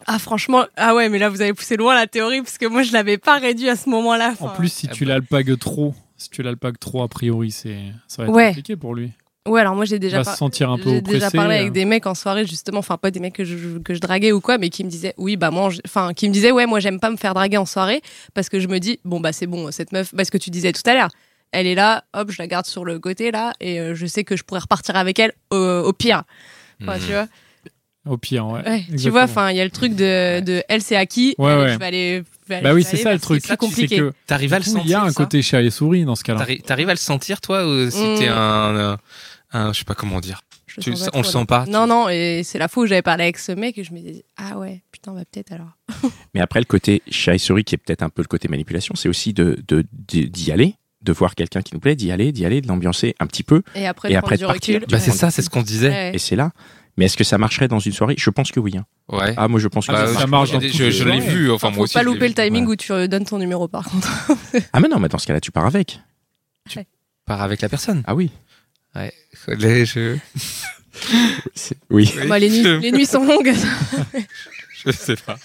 D: Ah franchement, ah ouais, mais là vous avez poussé loin la théorie parce que moi je l'avais pas réduit à ce moment-là.
B: En
D: Enfin,
B: plus, si
C: Ah
B: tu
C: bah.
B: l'alpagues trop, si tu l'alpagues trop, a priori, c'est ça va être
D: Ouais.
B: compliqué pour lui.
D: Ouais, alors moi j'ai
B: Il
D: déjà,
B: va
D: par-
B: se sentir un peu
D: j'ai
B: oppressé.
D: déjà parlé
B: euh.
D: avec des mecs en soirée justement, enfin pas des mecs que je, que je draguais ou quoi, mais qui me disaient oui bah moi, je- enfin qui me disaient ouais moi j'aime pas me faire draguer en soirée parce que je me dis bon bah c'est bon cette meuf, parce que tu disais tout à l'heure, elle est là, hop je la garde sur le côté là et euh, je sais que je pourrais repartir avec elle euh, au pire,
C: Mmh.
D: Enfin, Bah,
C: Hmm.
D: tu vois.
B: Au pire, ouais.
D: Ouais, tu
B: Exactement.
D: vois, enfin, il y a le truc de, de elle c'est acquis.
B: Ouais,
D: euh,
B: ouais.
D: Je vais aller. je vais aller-
B: Bah
D: je
B: oui,
D: vais
B: c'est
D: aller
B: ça le
D: parce que
B: truc.
D: C'est
B: c'est
D: compliqué.
B: que
C: T'arrives à le
B: du coup,
C: sentir
B: Il y a un
C: ça
B: côté chat et souris dans ce cas-là.
C: T'arri- T'arrives à le sentir, toi, ou si t'es
D: Mm.
C: un, euh, un, Je sais pas comment dire.
D: Je
C: Tu le
D: sens
C: sens-
D: pas
C: on le
D: trop,
C: sent pas. tu-
D: Non, non, et c'est la fois où j'avais parlé avec ce mec et je me disais, ah ouais, putain, bah peut-être alors.
A: Mais après, le côté chat et souris, qui est peut-être un peu le côté manipulation, c'est aussi de de- de- d'y aller, de voir quelqu'un qui nous plaît, d'y aller, d'y aller, de l'ambiancer un petit peu,
D: Et après,
A: Et
D: de
A: après,
D: prendre du
A: de partir.
D: recul.
C: Bah, c'est
D: ouais.
C: ça, c'est ce qu'on disait.
D: Ouais.
A: et c'est là. Mais est-ce que ça marcherait dans une soirée Je pense que oui. hein.
C: Ouais. Bah,
A: Ah, moi je pense que ça
B: Ah, ça
A: marche.
B: marche
C: je-
B: dans
C: Je,
B: toutes
C: je
B: les soirées.
C: l'ai vu. Enfin, moi
D: Faut
C: aussi.
D: pas
C: je l'ai
D: louper
C: vu.
D: le timing
A: Ouais.
D: où tu euh, donnes ton numéro par contre.
A: Ah, mais non, mais dans ce cas-là, tu pars avec.
C: Part avec la personne.
A: Ah oui.
C: Les- je-
A: C'est- Oui.
D: Bah, les, nuits, les nuits sont longues.
C: Je sais pas.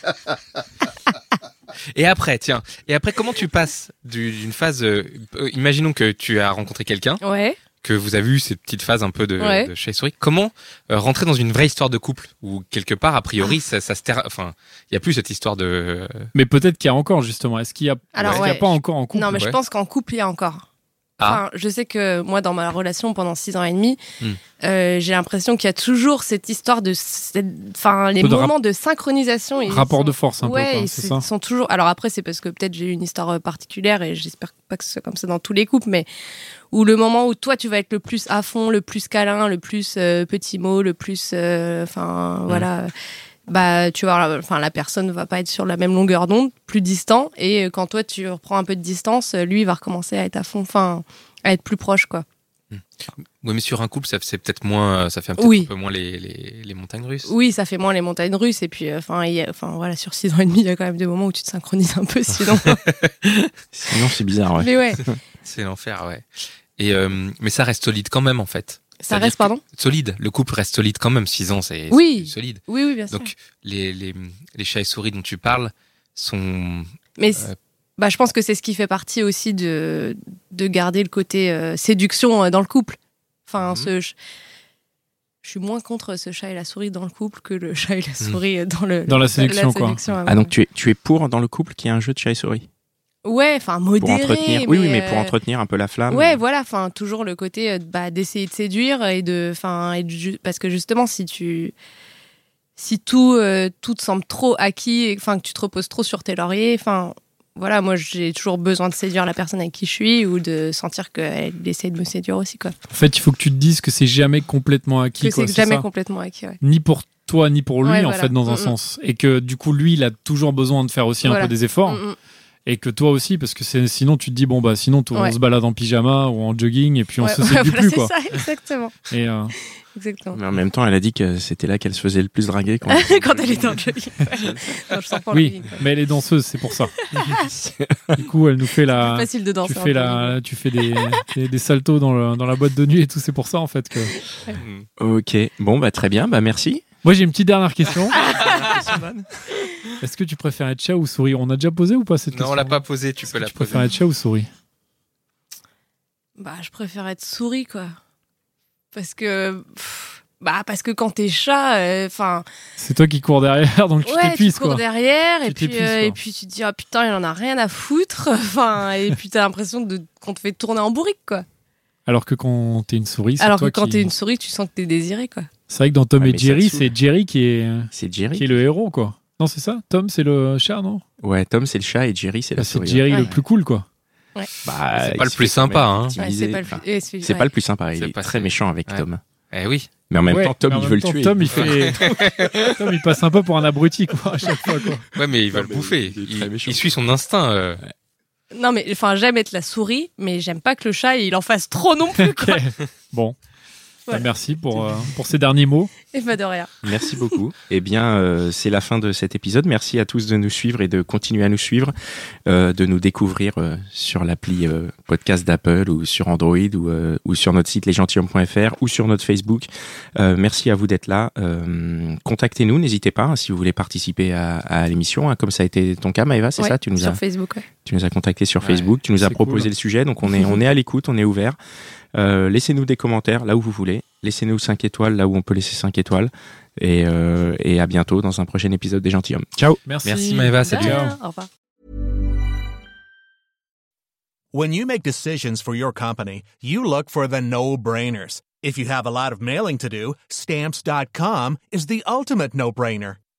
C: Et après, tiens. Et après, comment tu passes du- d'une phase. euh, euh, imaginons que tu as rencontré quelqu'un,
D: Ouais.
C: que vous avez eu cette petite phase un peu de,
D: Ouais.
C: de chat et souris. Comment euh, rentrer dans une vraie histoire de couple où quelque part, a priori, ça, ça se terra- Enfin, il y a plus cette histoire de. euh,
B: Mais peut-être qu'il y a encore, justement. Est-ce qu'il y a,
D: Alors,
B: est-ce qu'il y a
D: ouais.
B: pas encore en couple
D: Non, mais je
C: ouais.
D: pense qu'en couple, il y a encore.
C: Ah.
D: Enfin, je sais que moi, dans ma relation pendant six ans et demi,
C: Hmm.
D: euh, j'ai l'impression qu'il y a toujours cette histoire de. cette- Enfin, les
B: Peu de rap-
D: moments de synchronisation. ils
B: Rapport
D: sont-
B: de force, un peu,
D: ouais,
B: quoi,
D: ils
B: c'est
D: se-
B: ça
D: sont toujours. Alors après, c'est parce que peut-être j'ai eu une histoire euh, particulière et j'espère pas que ce soit comme ça dans tous les couples, mais où le moment où toi tu vas être le plus à fond, le plus câlin, le plus euh, petit mot, le plus, euh, enfin voilà, euh, bah tu vois, enfin la personne va pas être sur la même longueur d'onde, plus distant, et euh, quand toi tu reprends un peu de distance, euh, lui il va recommencer à être à fond, enfin à être plus proche quoi.
C: Oui, mais sur un couple, ça c'est peut-être moins, euh, ça fait peut-être
D: Oui.
C: un peu moins les, les, les montagnes russes.
D: Oui, ça fait moins les montagnes russes, et puis euh, enfin il y a- enfin voilà sur six ans et demi, il y a quand même des moments où tu te synchronises un peu sinon.
A: Sinon, c'est bizarre, ouais.
D: mais ouais,
C: C'est l'enfer, ouais. Et euh, mais ça reste solide quand même en fait.
D: ça
C: C'est-à-dire
D: reste pardon.
C: Solide. Le couple reste solide quand même. Six ans, c'est
D: Oui.
C: c'est solide.
D: Oui, oui, bien sûr.
C: Donc les, les les chats et souris dont tu parles sont
D: Mais c-
C: Euh,
D: bah, je pense que c'est ce qui fait partie aussi de, de garder le côté euh, séduction euh, dans le couple. Enfin,
C: Mhm.
D: ce, je, je suis moins contre ce chat et la souris dans le couple que le chat
A: Mhm.
D: et la souris euh, dans le
B: Dans la séduction, quoi.
D: ouais,
A: Ah, donc tu es, tu es pour dans le couple qu'il y ait un jeu de chat et souris
D: ouais, enfin
A: Pour
D: modéré.
A: entretenir. Oui, oui, mais pour
D: euh,
A: entretenir un peu la
B: Ah,
A: flamme.
D: Ouais, voilà, enfin toujours le côté euh, bah, d'essayer de séduire et de, enfin, et de ju- parce que justement si tu si tout euh, tout te semble trop acquis, et- enfin que tu te reposes trop sur tes lauriers, enfin voilà, moi j'ai toujours besoin de séduire la personne avec qui je suis ou de sentir qu'elle essaie de me séduire aussi quoi.
B: En fait, il faut que tu te dises que c'est jamais complètement acquis.
D: que
B: quoi,
D: c'est
B: c'est
D: jamais
B: ça
D: complètement acquis. ouais.
B: ni pour toi ni pour lui
D: Ouais,
B: en
D: voilà.
B: fait dans un
D: Mm, mm.
B: sens et que du coup lui il a toujours besoin de faire aussi un
D: Voilà.
B: peu des efforts
D: Mm, mm.
B: et que toi aussi parce que c'est- sinon tu te dis bon bah sinon tout- on
D: Ouais.
B: se balade en pyjama ou en jogging et puis on
D: Ouais,
B: se séduit
D: voilà,
B: plus
D: c'est
B: quoi
D: ça, exactement,
B: et euh,
D: exactement.
A: Mais en même temps, elle a dit que c'était là qu'elle se faisait le plus draguer. Quand,
D: Quand elle est dans le jogging. ouais. Non, je sens pas le
B: oui
D: jogging, quoi.
B: mais elle est danseuse c'est pour ça du coup elle nous fait la
D: C'est facile de danser.
B: Euh, tu
D: en
B: fais
D: jogging.
B: la tu fais des, des, des saltos dans, le- dans la boîte de nuit et tout c'est pour ça en fait que
A: Ok, bon, bah très bien, bah merci.
B: moi j'ai une petite dernière question est-ce que tu préfères être chat ou souris on a déjà posé ou pas cette
C: Non,
B: question
C: on l'a pas posé, tu
B: Est-ce
C: peux
B: que
C: la
B: tu préfères
C: poser.
B: être chat ou souris
D: Bah, je préfère être souris, quoi. Parce que. pff, bah, parce que quand t'es chat, euh, enfin.
B: c'est toi qui cours derrière donc tu
D: ouais, tu
B: t'épuises
D: cours
B: quoi
D: derrière, et
B: Tu
D: puis,
B: t'épuises,
D: euh,
B: quoi.
D: et puis tu te dis, ah putain, il en a rien à foutre. Enfin, et puis t'as l'impression de- qu'on te fait tourner en bourrique, quoi.
B: Alors que quand t'es une souris, c'est
D: Alors que
B: toi
D: quand
B: qui-
D: t'es une souris, tu sens que t'es désiré, quoi.
B: C'est vrai que dans Tom
A: Ah,
B: et
A: mais ça
B: Jerry,
A: te saoule.
B: c'est Jerry qui est,
A: C'est
B: qui
A: Jerry.
B: est le héros, quoi. Non, c'est ça Tom, c'est le chat, non
A: Ouais, Tom, c'est le chat et Jerry, c'est la
B: Bah, C'est
A: souris.
B: Jerry
D: Ouais.
B: le plus cool, quoi.
A: Bah,
C: C'est
A: il
C: pas le
A: se
C: plus
A: fait quand même
C: sympa, hein.
D: Ouais,
A: victimiser.
D: c'est pas le
A: Enfin,
D: plus. et c'est-
A: c'est
D: ouais.
A: pas le plus sympa, il
C: C'est
A: est
C: pas
A: très
C: ça.
A: méchant avec
C: Ouais.
A: Tom.
C: Eh oui.
A: Mais en même
B: Ouais,
A: temps, Tom,
B: mais en
A: il
B: même
A: veut le
B: temps,
A: tuer.
B: Tom, il fait. Tom, il passe un peu pour un abruti, quoi, à chaque fois, quoi.
C: Ouais, mais il va
A: Non,
C: le
A: mais
C: bouffer.
A: il est très
C: Il,
A: méchant.
C: il suit son instinct. euh.
D: Non, mais enfin, j'aime être la souris, mais j'aime pas que le chat, il en fasse trop non plus, quoi.
B: Bon.
D: Voilà.
B: Bah, merci pour, euh, pour ces derniers mots.
D: et pas de rien.
A: Merci beaucoup. eh bien, euh, c'est la fin de cet épisode. Merci à tous de nous suivre et de continuer à nous suivre, euh, de nous découvrir euh, sur l'appli euh, podcast d'Apple ou sur Android ou, euh, ou sur notre site lesgentilhommes.fr ou sur notre Facebook. Euh, merci à vous d'être là. Euh, Contactez-nous, n'hésitez pas hein, si vous voulez participer à, à l'émission, hein, comme ça a été ton cas, Maëva, c'est
D: Ouais,
A: ça tu nous,
D: Sur
A: as,
D: Facebook, ouais.
A: tu nous as contacté sur
C: Ouais,
A: Facebook, tu nous as
B: c'est
A: proposé
B: cool.
A: le sujet, donc on est, on est à l'écoute, on est ouvert. Euh, laissez-nous des commentaires là où vous voulez. Laissez-nous 5 étoiles là où on peut laisser 5 étoiles. Et, euh, et à bientôt dans un prochain épisode des Gentilhommes. Ciao
B: Merci.
C: Merci, Maëva, salut.
D: De rien, Au revoir.
E: When you make decisions for your company, you look for the no brainers. If you have a lot of mailing to do, stamps.com is the ultimate no brainer.